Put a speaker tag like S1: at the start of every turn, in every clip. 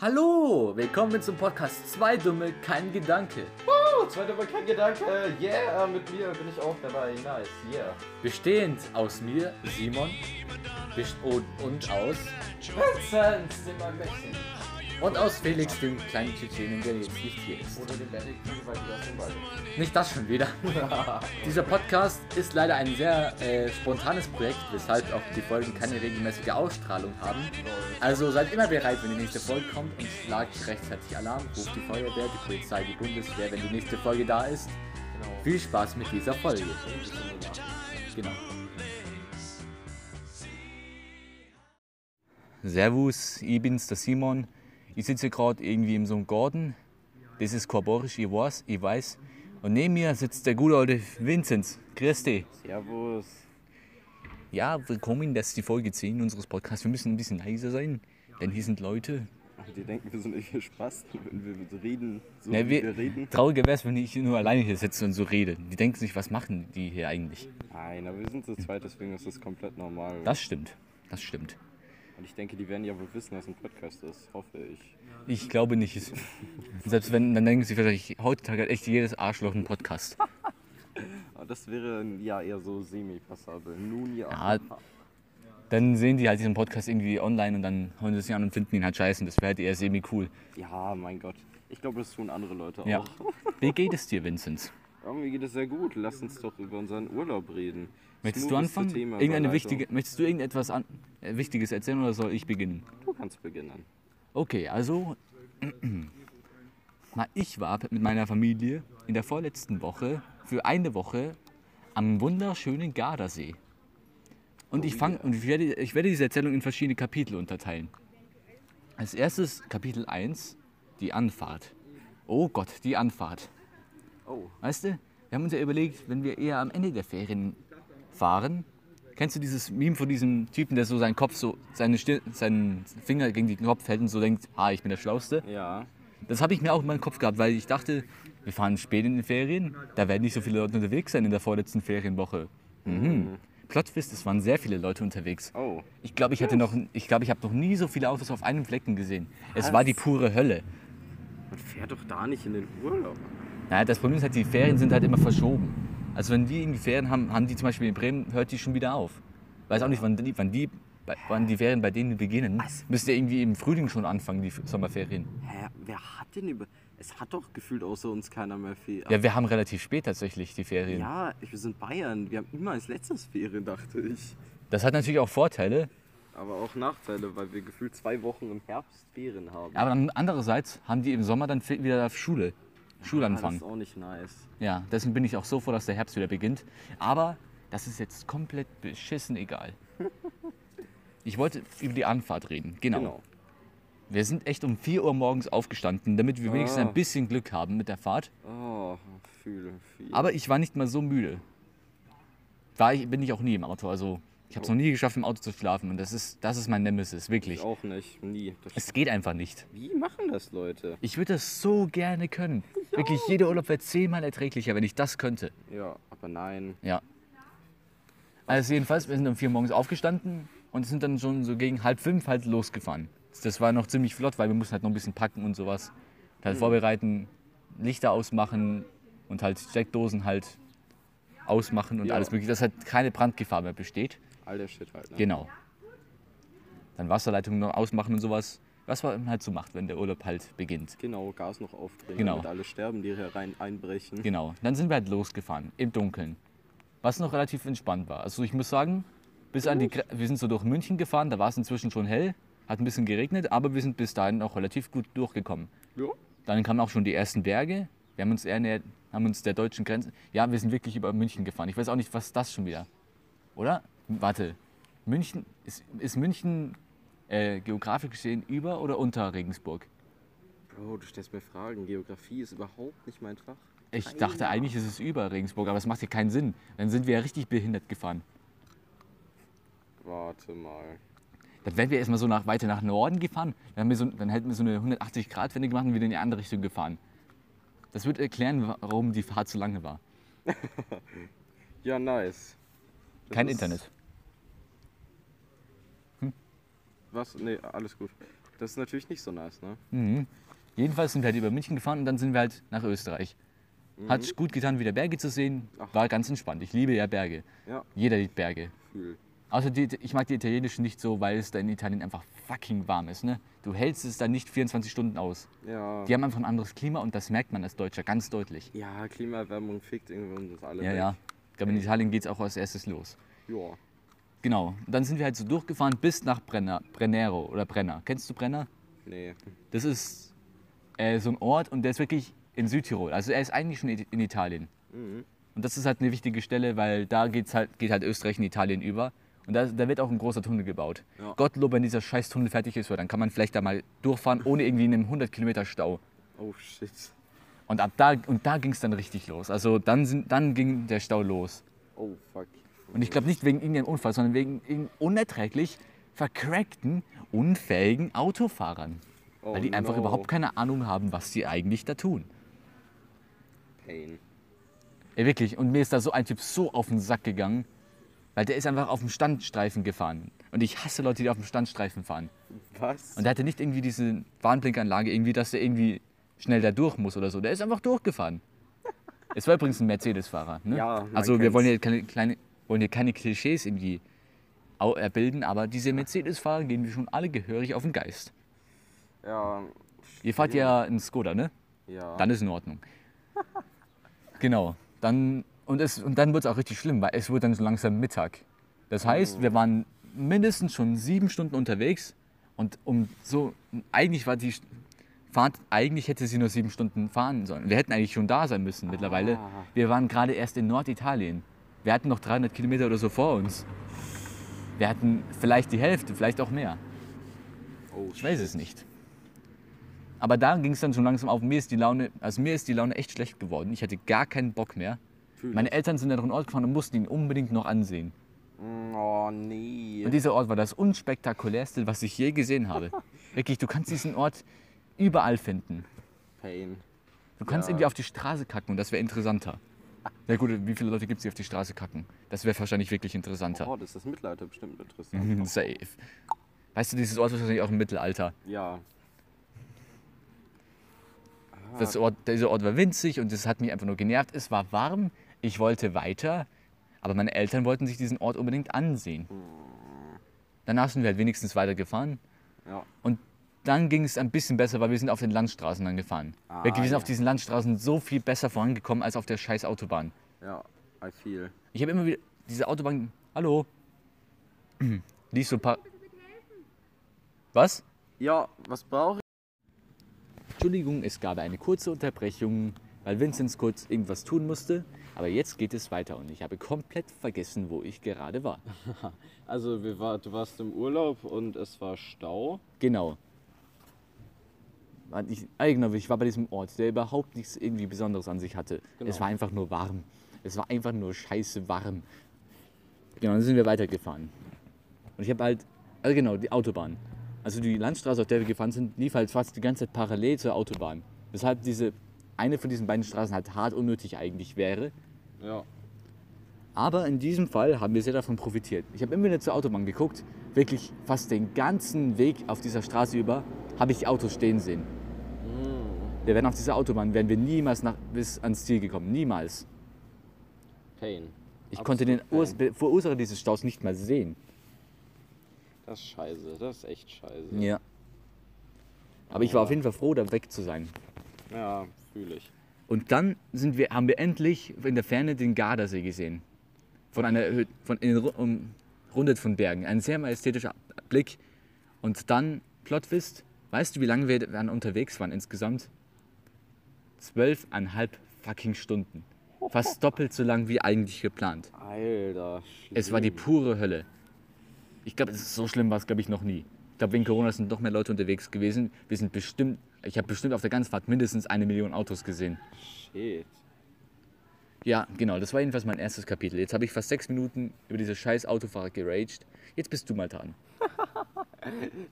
S1: Hallo, willkommen zum Podcast Zwei Dumme, kein Gedanke.
S2: Oh, zweiter Mal kein Gedanke. Yeah, äh, mit mir bin ich auch dabei. Nice, yeah.
S1: Bestehend aus mir, Simon, best und, und aus
S2: Vincent, den man wechseln.
S1: und aus Felix, dem kleinen Tschetschenen, der jetzt nicht hier ist.
S2: Oder den Benedikt, weil die aus dem Wald.
S1: Nicht das schon wieder. Dieser Podcast ist leider ein sehr äh, spontanes Projekt, weshalb auch die Folgen keine regelmäßige Ausstrahlung haben. Also seid immer bereit, wenn die nächste Folge kommt und schlagt rechtzeitig Alarm, ruft die Feuerwehr, die Polizei, die Bundeswehr, wenn die nächste Folge da ist.
S2: Genau.
S1: Viel Spaß mit dieser Folge. Genau.
S3: Servus, ich bin's, der Simon. Ich sitze gerade irgendwie in so einem Garten. Das ist Korborisch, ich weiß, ich weiß. Und neben mir sitzt der gute alte Vinzenz. Grüß dich.
S4: Servus.
S3: Ja, willkommen, das ist die Folge 10 unseres Podcasts. Wir müssen ein bisschen leiser sein, denn hier sind Leute.
S4: Die denken, wir sind irgendwelche Spasten, wenn wir mit reden. So
S3: Na,
S4: wie
S3: Ne, wir-
S4: wir reden.
S3: Trauriger wäre es, wenn ich nur alleine hier sitze und so rede. Die denken sich, was machen die hier eigentlich?
S4: Nein, aber wir sind zu zweit, deswegen ist das komplett normal.
S3: Das stimmt, das stimmt.
S4: Und ich denke, die werden ja wohl wissen, was ein Podcast ist. Hoffe ich.
S3: Ich glaube nicht. Selbst wenn, dann denken sie wahrscheinlich, heutzutage hat echt jedes Arschloch einen Podcast.
S4: Aber das wäre ja eher so semi-passabel. Nun ja.
S3: Ja, dann sehen die halt diesen Podcast irgendwie online und dann hauen sie sich an und finden ihn halt scheiße. Und das wäre halt eher semi-cool.
S4: Ja, mein Gott. Ich glaube, das tun andere Leute
S3: Ja.
S4: auch.
S3: Wie geht es dir, Vinzenz?
S4: Irgendwie geht es sehr gut. Lass uns doch über unseren Urlaub reden.
S3: Möchtest du
S4: Smootheste
S3: anfangen?
S4: Thema-
S3: Irgendeine
S4: Überleitung.
S3: wichtige, möchtest du irgendetwas an, äh, Wichtiges erzählen oder soll ich beginnen?
S4: Du kannst beginnen.
S3: Okay, also. Na, ich war mit meiner Familie in der vorletzten Woche für eine Woche am wunderschönen Gardasee. Und ich, fang, und ich, werde, ich werde diese Erzählung in verschiedene Kapitel unterteilen. Als erstes Kapitel 1, die Anfahrt. Oh Gott, die Anfahrt.
S4: Oh.
S3: Weißt du, wir haben uns ja überlegt, wenn wir eher am Ende der Ferien fahren, kennst du dieses Meme von diesem Typen, der so seinen Kopf, so seine Stirn, seinen Finger gegen den Kopf hält und so denkt, ah, ich bin der Schlauste?
S4: Ja.
S3: Das habe ich mir auch in meinem Kopf gehabt, weil ich dachte, wir fahren spät in den Ferien, da werden nicht so viele Leute unterwegs sein in der vorletzten Ferienwoche. Mhm. Plotfist, es waren sehr viele Leute unterwegs.
S4: Oh.
S3: Ich glaube, ich, hatte noch, ich, glaube, ich habe noch nie so viele Autos auf einem Flecken gesehen. Es war die pure Hölle.
S4: Man fährt doch da nicht in den Urlaub.
S3: Naja, das Problem ist halt, die Ferien sind halt immer verschoben. Also wenn wir irgendwie Ferien haben, haben die zum Beispiel in Bremen, hört die schon wieder auf. Weiß auch nicht, wann die, wann die, wann die Ferien bei denen beginnen. Müsste irgendwie im Frühling schon anfangen, die Sommerferien.
S4: Hä? Wer hat denn über. Es hat doch gefühlt außer uns keiner mehr viel.
S3: Ja, wir haben relativ spät tatsächlich die Ferien.
S4: Ja, ich- wir sind Bayern. Wir haben immer als letztes Ferien, dachte ich.
S3: Das hat natürlich auch Vorteile,
S4: Aber auch Nachteile, weil wir gefühlt zwei Wochen im Herbst Ferien haben.
S3: aber dann andererseits haben die im Sommer dann fe- wieder Schule.
S4: Ah, das
S3: Schulanfang.
S4: ist auch nicht nice.
S3: Ja, deswegen bin ich auch so froh, dass der Herbst wieder beginnt. Aber das ist jetzt komplett beschissen egal. Ich wollte über die Anfahrt reden. genau.
S4: Genau.
S3: Wir sind echt um 4 Uhr morgens aufgestanden, damit wir wenigstens
S4: Ah.
S3: ein bisschen Glück haben mit der Fahrt.
S4: Oh, fühle viel.
S3: Aber ich war nicht mal so müde. War ich, bin ich auch nie im Auto. Also ich habe es noch nie geschafft, im Auto zu schlafen. Und das ist, das ist mein Nemesis,
S4: ich
S3: wirklich.
S4: auch nicht. Nie. Das,
S3: Es geht einfach nicht.
S4: wie machen das Leute?
S3: Ich würde das so gerne können. Wirklich, jeder Urlaub wäre zehnmal erträglicher, wenn ich das könnte.
S4: Ja, aber nein.
S3: Ja. Also jedenfalls, wir sind um vier morgens aufgestanden und sind dann schon so gegen halb fünf halt losgefahren. Das war noch ziemlich flott, weil wir mussten halt noch ein bisschen packen und sowas. Und halt vorbereiten, Lichter ausmachen und halt Steckdosen halt ausmachen und
S4: Ja.
S3: alles mögliche, dass halt keine Brandgefahr mehr besteht.
S4: All der Shit halt. Ne?
S3: Genau. Dann Wasserleitungen noch ausmachen und sowas. Was man halt so macht, wenn der Urlaub halt beginnt.
S4: Genau, Gas noch aufbringen,
S3: Genau.
S4: damit alle sterben, die hier rein einbrechen.
S3: Genau, dann sind wir halt losgefahren, im Dunkeln. Was noch relativ entspannt war. Also ich muss sagen, bis an die Gre wir sind so durch München gefahren, da war es inzwischen schon hell, hat ein bisschen geregnet, aber wir sind bis dahin auch relativ gut durchgekommen.
S4: Ja.
S3: Dann kamen auch schon die ersten Berge, wir haben uns eher näher, haben uns der deutschen Grenze, ja, wir sind wirklich über München gefahren. Ich weiß auch nicht, was das schon wieder, oder? Warte, München, ist, ist München äh, geografisch gesehen über oder unter Regensburg?
S4: Bro, Oh, du stellst mir Fragen. Geografie ist überhaupt nicht mein Fach.
S3: Ich dachte eigentlich ist es über Regensburg, aber das macht ja keinen Sinn. Dann sind wir ja richtig behindert gefahren.
S4: Warte mal.
S3: Dann wären wir erstmal so nach, weiter nach Norden gefahren, dann, haben wir so, dann hätten wir so eine 180-Grad-Wende gemacht und wieder in die andere Richtung gefahren. Das wird erklären, warum die Fahrt so lange war.
S4: Ja, nice. Das
S3: Kein
S4: ist-
S3: Internet.
S4: Was? Nee, alles gut. Das ist natürlich nicht so nice, ne?
S3: Jedenfalls sind wir halt über München gefahren und dann sind wir halt nach Österreich. Hat gut getan, wieder Berge zu sehen.
S4: Mhm. Ach.
S3: War ganz entspannt. Ich liebe ja Berge.
S4: Ja,
S3: Jeder liebt Berge.
S4: fühl.
S3: Außer die, ich mag die italienischen nicht so, weil es da in Italien einfach fucking warm ist. Ne? Du hältst es da nicht 24 Stunden aus.
S4: Ja.
S3: Die haben einfach ein anderes Klima und das merkt man als Deutscher ganz deutlich.
S4: Ja, Klimaerwärmung fickt irgendwie uns alle.
S3: Ja,
S4: weg.
S3: ja. Ich glaube, in Italien geht es auch als erstes los.
S4: Ja.
S3: Genau. Und dann sind wir halt so durchgefahren bis nach Brenner, Brennero oder Brenner. Kennst du Brenner?
S4: Nee.
S3: Das ist äh, so ein Ort und der ist wirklich in Südtirol. Also er ist eigentlich schon in Italien. Und das ist halt eine wichtige Stelle, weil da geht's halt, geht halt Österreich in Italien über. Und da, da wird auch ein großer Tunnel gebaut.
S4: Ja.
S3: Gottlob, wenn dieser scheiß Tunnel fertig ist, weil dann kann man vielleicht da mal durchfahren, ohne irgendwie in einem 100 Kilometer Stau.
S4: Oh shit.
S3: Und ab da, und da ging es dann richtig los. Also dann, sind, dann ging der Stau los.
S4: Oh fuck.
S3: Und ich glaube nicht wegen irgendeinem Unfall, sondern wegen irgendeinem unerträglich vercrackten, unfähigen Autofahrern.
S4: Oh,
S3: weil die einfach
S4: no.
S3: überhaupt keine Ahnung haben, was sie eigentlich da tun.
S4: Pain.
S3: Ey, wirklich. Und mir ist da so ein Typ so auf den Sack gegangen, weil der ist einfach auf dem Standstreifen gefahren. Und ich hasse Leute, die auf dem Standstreifen fahren.
S4: Was?
S3: Und der hatte nicht irgendwie diese Warnblinkanlage, irgendwie, dass der irgendwie schnell da durch muss oder so. Der ist einfach durchgefahren. Es war übrigens ein Mercedes-Fahrer. Ne?
S4: Ja, man
S3: also wir wollen
S4: kennt's.
S3: hier keine, kleine, wollen hier keine Klischees irgendwie au- erbilden, aber diese Mercedes-Fahrer gehen wir schon alle gehörig auf den Geist.
S4: ja.
S3: Ihr fahrt ja in Skoda, ne?
S4: Ja.
S3: Dann ist in Ordnung. Genau. Dann, und, es, und dann wird es auch richtig schlimm, weil es wird dann so langsam Mittag. Das heißt, wir waren mindestens schon sieben Stunden unterwegs und um so, eigentlich war die Fahrt, eigentlich hätte sie nur sieben Stunden fahren sollen. Wir hätten eigentlich schon da sein müssen mittlerweile. Wir waren gerade erst in Norditalien. Wir hatten noch 300 Kilometer oder so vor uns. Wir hatten vielleicht die Hälfte, vielleicht auch mehr.
S4: oh,
S3: Ich weiß es nicht. Aber da ging es dann schon langsam auf. Mir ist die Laune, also mir ist die Laune echt schlecht geworden. Ich hatte gar keinen Bock mehr.
S4: Fühl
S3: Meine Eltern sind an einen Ort gefahren und mussten ihn unbedingt noch ansehen.
S4: Oh nee.
S3: Und dieser Ort war das unspektakulärste, was ich je gesehen habe. Wirklich, du kannst diesen Ort überall finden.
S4: Pain.
S3: Du kannst irgendwie auf die Straße kacken und das wäre interessanter. Na gut, wie viele Leute gibt es, die auf die Straße kacken? Das wäre wahrscheinlich wirklich interessanter.
S4: Oh, das ist Mittelalter bestimmt interessant.
S3: Safe. Weißt du, dieses Ort ist wahrscheinlich auch im Mittelalter.
S4: Ja.
S3: Das Ort, dieser Ort war winzig und das hat mich einfach nur genervt. Es war warm, ich wollte weiter, aber meine Eltern wollten sich diesen Ort unbedingt ansehen. Danach sind wir halt wenigstens weitergefahren
S4: Ja.
S3: und dann ging es ein bisschen besser, weil wir sind auf den Landstraßen dann gefahren. Wirklich, wir sind auf diesen Landstraßen so viel besser vorangekommen als auf der scheiß Autobahn.
S4: Ja. I feel.
S3: Ich habe immer wieder diese Autobahn. Hallo. Die ist so paar. Was?
S4: Ja, was brauche ich?
S3: Entschuldigung, es gab eine kurze Unterbrechung, weil Vinzenz kurz irgendwas tun musste. Aber jetzt geht es weiter und ich habe komplett vergessen, wo ich gerade war.
S4: Also, wir war, du warst im Urlaub und es war Stau.
S3: Genau. Warte, Ich, ah, genau, ich war bei diesem Ort, der überhaupt nichts irgendwie Besonderes an sich hatte. Es war einfach nur warm. Es war einfach nur scheiße warm. Genau, dann sind wir weitergefahren. Und ich habe halt, also genau, die Autobahn. Also die Landstraße, auf der wir gefahren sind, lief halt fast die ganze Zeit parallel zur Autobahn. Weshalb diese, eine von diesen beiden Straßen halt hart unnötig eigentlich wäre.
S4: Ja.
S3: Aber in diesem Fall haben wir sehr davon profitiert. Ich habe immer wieder zur Autobahn geguckt, wirklich fast den ganzen Weg auf dieser Straße über habe ich Autos stehen sehen. Wir wären auf dieser Autobahn, wären wir niemals nach, bis ans Ziel gekommen, niemals.
S4: Pain.
S3: Ich konnte den Urs Be- Verursacher dieses Staus nicht mal sehen.
S4: Das ist scheiße. Das ist echt scheiße.
S3: Ja. Aber ich war auf jeden Fall froh, da weg zu sein.
S4: Ja, fühle ich.
S3: Und dann sind wir, haben wir endlich in der Ferne den Gardasee gesehen. Von einer erhöht- von in, Ru- umrundet von Bergen. Ein sehr majestätischer Blick. Und dann, Plotwist, weißt du, wie lange wir dann unterwegs waren insgesamt? Zwölfeinhalb fucking Stunden. Fast doppelt so lang wie eigentlich geplant.
S4: Alter, schlimm.
S3: Es war die pure Hölle. Ich glaube, es ist so schlimm war es, glaube ich, noch nie. Ich glaube, wegen Corona sind noch mehr Leute unterwegs gewesen. Wir sind bestimmt, ich habe bestimmt auf der ganzen Fahrt mindestens eine Million Autos gesehen.
S4: Shit.
S3: Ja, genau, das war jedenfalls mein erstes Kapitel. Jetzt habe ich fast sechs Minuten über diese scheiß Autofahrer geraged. Jetzt bist du mal dran.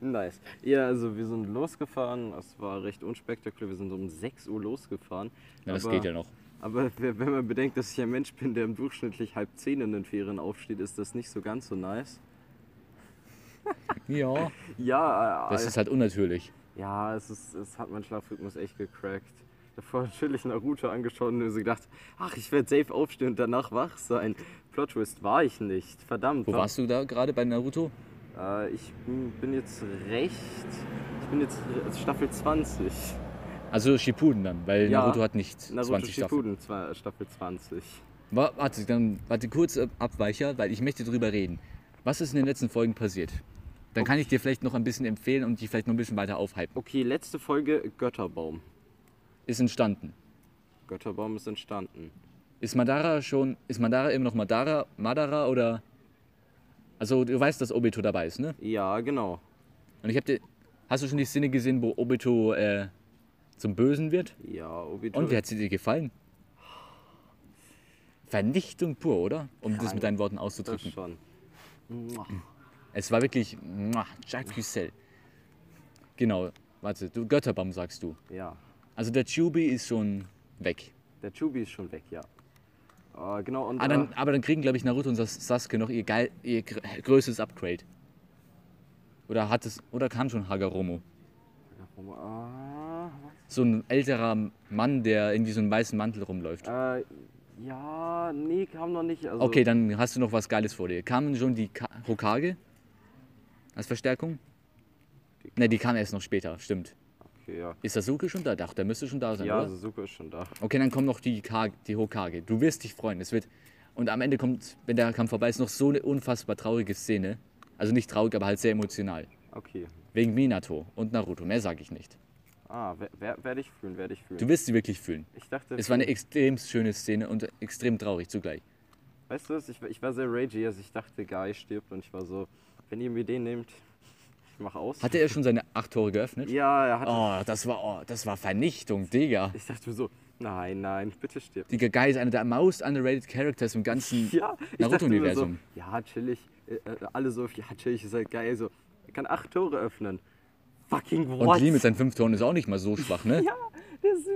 S4: Nice. Ja, also wir sind losgefahren. Es war recht unspektakulär. Wir sind um 6 Uhr losgefahren.
S3: Na, das
S4: Aber-
S3: geht ja noch.
S4: Aber wenn wenn man bedenkt, dass ich ein Mensch bin, der im durchschnittlich halb zehn in den Ferien aufsteht, ist das nicht so ganz so nice.
S3: Ja.
S4: Ja, äh,
S3: Das ist halt unnatürlich.
S4: ja, es, ist, es hat meinen Schlafrhythmus echt gecrackt. Davor natürlich Naruto angeschaut und mir so gedacht, ach, ich werde safe aufstehen und danach wach sein. Plot Twist war ich nicht. Verdammt.
S3: Wo warst du da gerade bei Naruto?
S4: Äh, ich bin bin jetzt recht. Ich bin jetzt re- Staffel 20.
S3: Also Shippuden dann, weil
S4: Ja.
S3: Naruto hat nicht
S4: Naruto
S3: 20 Staffeln.
S4: Shippuden, Staffel. Staffel 20.
S3: Wa- Warte, dann warte kurz äh, Abweicher, weil ich möchte drüber reden. Was ist in den letzten Folgen passiert? Dann kann ich dir vielleicht noch ein bisschen empfehlen und die vielleicht noch ein bisschen weiter aufhypen.
S4: Okay, letzte Folge Götterbaum.
S3: Ist entstanden.
S4: Götterbaum ist entstanden.
S3: Ist Madara schon, ist Madara immer noch Madara, Madara oder... Also du weißt, dass Obito dabei ist, ne?
S4: Ja, genau.
S3: Und ich hab dir, hast du schon die Szene gesehen, wo Obito äh, zum Bösen wird?
S4: Ja, Obito.
S3: Und wie hat sie dir gefallen? Vernichtung pur, oder? Um das mit deinen Worten
S4: das
S3: auszudrücken.
S4: schon.
S3: Es war wirklich muah, Jacques Husel. Genau, warte, du Götterbaum sagst du.
S4: Ja.
S3: Also der Chubi ist schon weg.
S4: Der Chubi ist schon weg, ja. Äh, genau, und
S3: Ah,
S4: äh,
S3: dann, aber dann kriegen, glaube ich, Naruto und Sas- Sasuke noch ihr, geil, ihr gr- größtes Upgrade. Oder hat es, oder kam schon Hagoromo?
S4: Ah,
S3: So ein älterer Mann, der irgendwie so einen weißen Mantel rumläuft.
S4: äh, ja, nee, kam noch nicht. Also,
S3: Okay, dann hast du noch was Geiles vor dir. Kamen schon die Ka Hokage als Verstärkung? Ne, die kam erst noch später, stimmt.
S4: Okay, ja.
S3: Ist Sasuke schon da? Doch, der müsste schon da sein,
S4: Ja,
S3: oder?
S4: Suzuka ist schon da.
S3: Okay, dann kommen noch die, Ka die Hokage. Du wirst dich freuen. Es wird und am Ende kommt, wenn der Kampf vorbei ist, noch so eine unfassbar traurige Szene. Also nicht traurig, aber halt sehr emotional.
S4: Okay.
S3: Wegen Minato und Naruto. Mehr sage ich nicht.
S4: Ah, wer- wer- werde ich fühlen, werde ich fühlen.
S3: Du wirst sie wirklich fühlen.
S4: ich dachte,
S3: Es war eine extrem schöne Szene und extrem traurig zugleich.
S4: weißt du was, ich, war- ich war sehr ragey, also ich dachte, Guy stirbt und ich war so, wenn ihr mir den nehmt, ich mach aus.
S3: Hatte er schon seine acht Tore geöffnet?
S4: ja, er hat.
S3: Oh, das war, oh, das war Vernichtung, Digga.
S4: Ich dachte mir so, nein, nein, bitte stirb.
S3: Digga, Guy ist einer der most underrated Characters im ganzen
S4: Ja, ich dachte mir so,
S3: Naruto-Universum.
S4: ja, chillig. Äh, äh, alle so, ja, chillig ist halt geil. So, er kann acht Tore öffnen. Fucking
S3: Und
S4: what?
S3: Lee mit seinen fünf Toren ist auch nicht mal so schwach, ne?
S4: Ja, der ist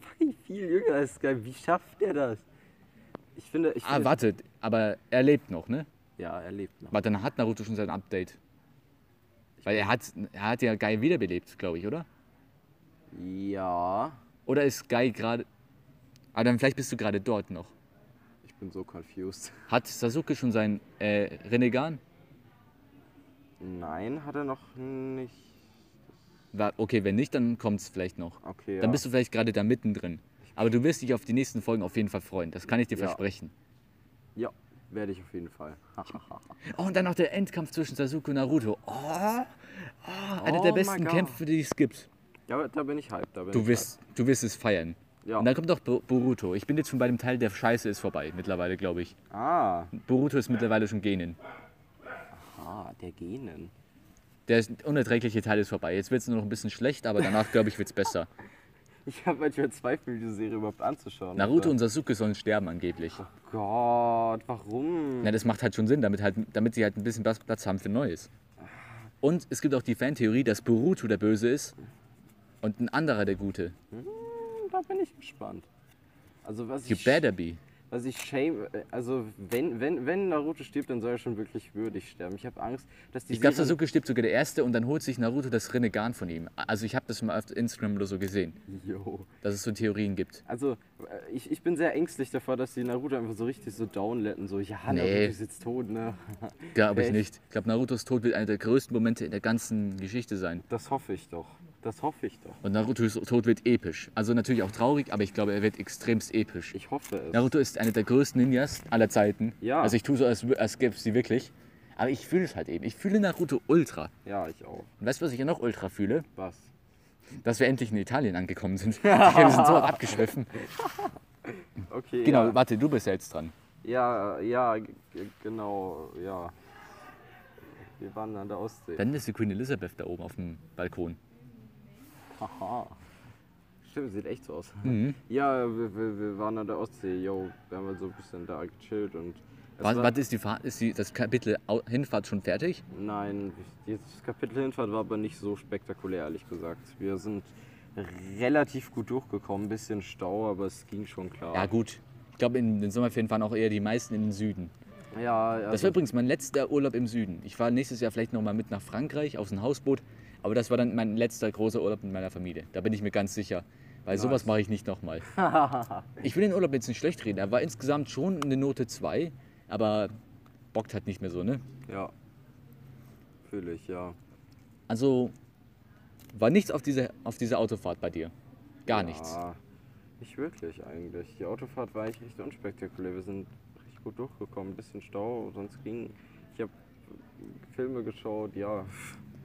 S4: fucking viel jünger als geil. Wie schafft der das? Ich finde, ich
S3: Ah,
S4: finde
S3: warte, aber er lebt noch, ne?
S4: ja, er lebt noch.
S3: Aber dann hat Naruto schon sein Update. Weil er hat, er hat ja Guy wiederbelebt, glaube ich, oder?
S4: Ja,
S3: Oder ist Guy gerade. Aber dann vielleicht bist du gerade dort noch.
S4: ich bin so confused.
S3: Hat Sasuke schon sein äh, Renegan?
S4: Nein, hat er noch nicht.
S3: Wa- Okay, wenn nicht, dann kommt es vielleicht noch.
S4: Okay, ja.
S3: Dann bist du vielleicht gerade da mittendrin. Aber du wirst dich auf die nächsten Folgen auf jeden Fall freuen. Das kann ich dir
S4: Ja.
S3: versprechen.
S4: Ja, werde ich auf jeden Fall. Hahaha.
S3: Oh, und dann noch der Endkampf zwischen Sasuke und Naruto. Oh, oh, einer der
S4: Oh mein
S3: besten
S4: Gott.
S3: Kämpfe, die es gibt.
S4: ja, aber da bin ich hyped. Da bin
S3: Du
S4: ich
S3: wirst, du wirst es feiern.
S4: Ja.
S3: Und dann kommt auch Bo- Boruto. Ich bin jetzt schon bei dem Teil, der Scheiße ist vorbei, mittlerweile, glaube ich.
S4: hyped. Ah,
S3: Boruto ist mittlerweile schon Genin.
S4: ah, der Genen.
S3: Der ist- unerträgliche Teil ist vorbei. Jetzt wird es nur noch ein bisschen schlecht, aber danach, glaube ich, wird es besser.
S4: Ich halt habe manchmal Zweifel, diese Serie überhaupt anzuschauen.
S3: Naruto
S4: Aber-
S3: und Sasuke sollen sterben angeblich.
S4: Gott, warum?
S3: Na, das macht halt schon Sinn, damit, halt, damit sie halt ein bisschen Platz- Platz haben für Neues. Und es gibt auch die Fantheorie, dass Boruto der Böse ist und ein anderer der Gute.
S4: Da bin ich gespannt. Also was
S3: You
S4: ich,
S3: better be.
S4: was ich shame, also wenn, wenn, wenn Naruto stirbt, dann soll er schon wirklich würdig sterben. Ich habe Angst, dass die
S3: Ich glaube,
S4: Serie-
S3: Sasuke stirbt sogar der Erste und dann holt sich Naruto das Rinnegan von ihm. Also ich habe das mal auf Instagram oder so gesehen,
S4: Jo.
S3: dass es so Theorien gibt.
S4: Also äh, ich, ich bin sehr ängstlich davor, dass die Naruto einfach so richtig so down letten, so ja,
S3: Nee.
S4: Naruto ist jetzt tot, ne?
S3: Glaube ich
S4: Echt?
S3: nicht. Ich glaube, Narutos Tod wird einer der größten Momente in der ganzen Geschichte sein.
S4: Das hoffe ich doch. Das hoffe ich doch.
S3: Und Narutos Tod wird episch. Also natürlich auch traurig, aber ich glaube, er wird extremst episch.
S4: Ich hoffe es.
S3: Naruto ist einer der größten Ninjas aller Zeiten.
S4: Ja.
S3: Also ich tue so, als, wü- als gäbe es sie wirklich. Aber ich fühle es halt eben. Ich fühle Naruto ultra.
S4: Ja, ich auch.
S3: Und weißt du, was ich ja noch ultra fühle?
S4: Was?
S3: Dass wir endlich in Italien angekommen sind. wir sind so abgeschwiffen.
S4: Okay.
S3: Genau,
S4: ja.
S3: warte, du bist jetzt dran.
S4: Ja, ja, g- g- genau, ja. Wir waren an der Ostsee.
S3: Dann ist die Queen Elizabeth da oben auf dem Balkon.
S4: Aha. Stimmt, sieht echt so aus.
S3: Mhm.
S4: Ja, wir, wir, wir waren an der Ostsee, yo, wir haben halt so ein bisschen da gechillt und. es
S3: Was, was ist, die Fahr ist die, das Kapitel Au- Hinfahrt schon fertig?
S4: Nein, dieses Kapitel Hinfahrt war aber nicht so spektakulär, ehrlich gesagt. Wir sind relativ gut durchgekommen, ein bisschen Stau, aber es ging schon klar.
S3: Ja, gut. Ich glaube, in den Sommerferien fahren auch eher die meisten in den Süden.
S4: Ja, also, ja.
S3: Das war übrigens mein letzter Urlaub im Süden. Ich fahre nächstes Jahr vielleicht nochmal mit nach Frankreich auf ein Hausboot. Aber das war dann mein letzter großer Urlaub mit meiner Familie. Da bin ich mir ganz sicher. Weil sowas mache ich nicht nochmal. ich will den Urlaub jetzt nicht schlecht reden. Er war insgesamt schon eine Note 2, aber bockt halt nicht mehr so, ne?
S4: ja. Fühle ich, ja.
S3: Also war nichts auf dieser, auf dieser Autofahrt bei dir. Gar nichts.
S4: Ah, nicht wirklich eigentlich. Die Autofahrt war eigentlich echt unspektakulär. Wir sind recht gut durchgekommen. Ein bisschen Stau, sonst ging. Ich habe Filme geschaut, ja.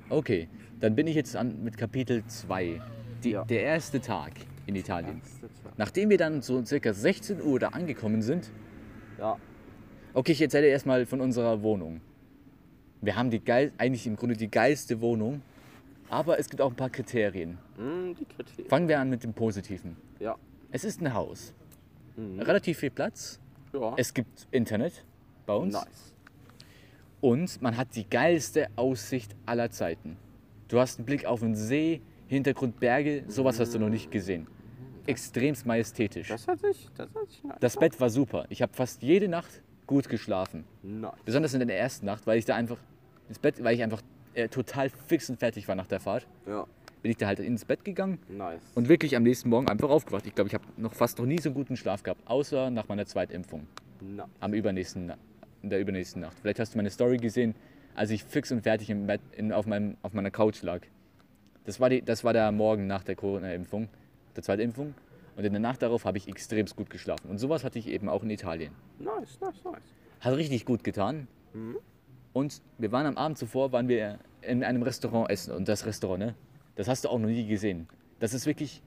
S3: Okay, dann bin ich jetzt an mit Kapitel 2. Die,
S4: Ja.
S3: Der erste Tag in Italien.
S4: Erste Tag.
S3: Nachdem wir dann so circa 16 Uhr da angekommen sind,
S4: Ja,
S3: Okay, ich erzähle erstmal von unserer Wohnung. Wir haben die geil, eigentlich im Grunde die geilste Wohnung, aber es gibt auch ein paar Kriterien.
S4: hm, die Kritik.
S3: Fangen wir an mit dem Positiven.
S4: Ja.
S3: Es ist ein Haus. Relativ viel Platz.
S4: ja.
S3: Es gibt Internet bei uns.
S4: nice.
S3: Und man hat die geilste Aussicht aller Zeiten. Du hast einen Blick auf den See, Hintergrund Berge, sowas hast du noch nicht gesehen. Extremst majestätisch.
S4: Das hat sich, das hat sich nice.
S3: Das Bett war super. Ich habe fast jede Nacht gut geschlafen.
S4: Nice.
S3: Besonders in der ersten Nacht, weil ich da einfach ins Bett, weil ich einfach äh, total fix und fertig war nach der Fahrt,
S4: Ja,
S3: bin ich da halt ins Bett gegangen
S4: nice.
S3: und wirklich am nächsten Morgen einfach aufgewacht. Ich glaube, ich habe noch fast noch nie so guten Schlaf gehabt, außer nach meiner Zweitimpfung
S4: nice.
S3: am übernächsten, Na- in der übernächsten Nacht. Vielleicht hast du meine Story gesehen, als ich fix und fertig im Bett in, auf, meinem, auf meiner Couch lag. Das war, die, das war der Morgen nach der Corona-Impfung, der Zweitimpfung. Und in der Nacht darauf habe ich extremst gut geschlafen. Und sowas hatte ich eben auch in Italien.
S4: Nice, nice, nice.
S3: Hat richtig gut getan.
S4: Mhm.
S3: Und wir waren am Abend zuvor, waren wir in einem Restaurant essen. Und das Restaurant, ne? Das hast du auch noch nie gesehen. Das ist wirklich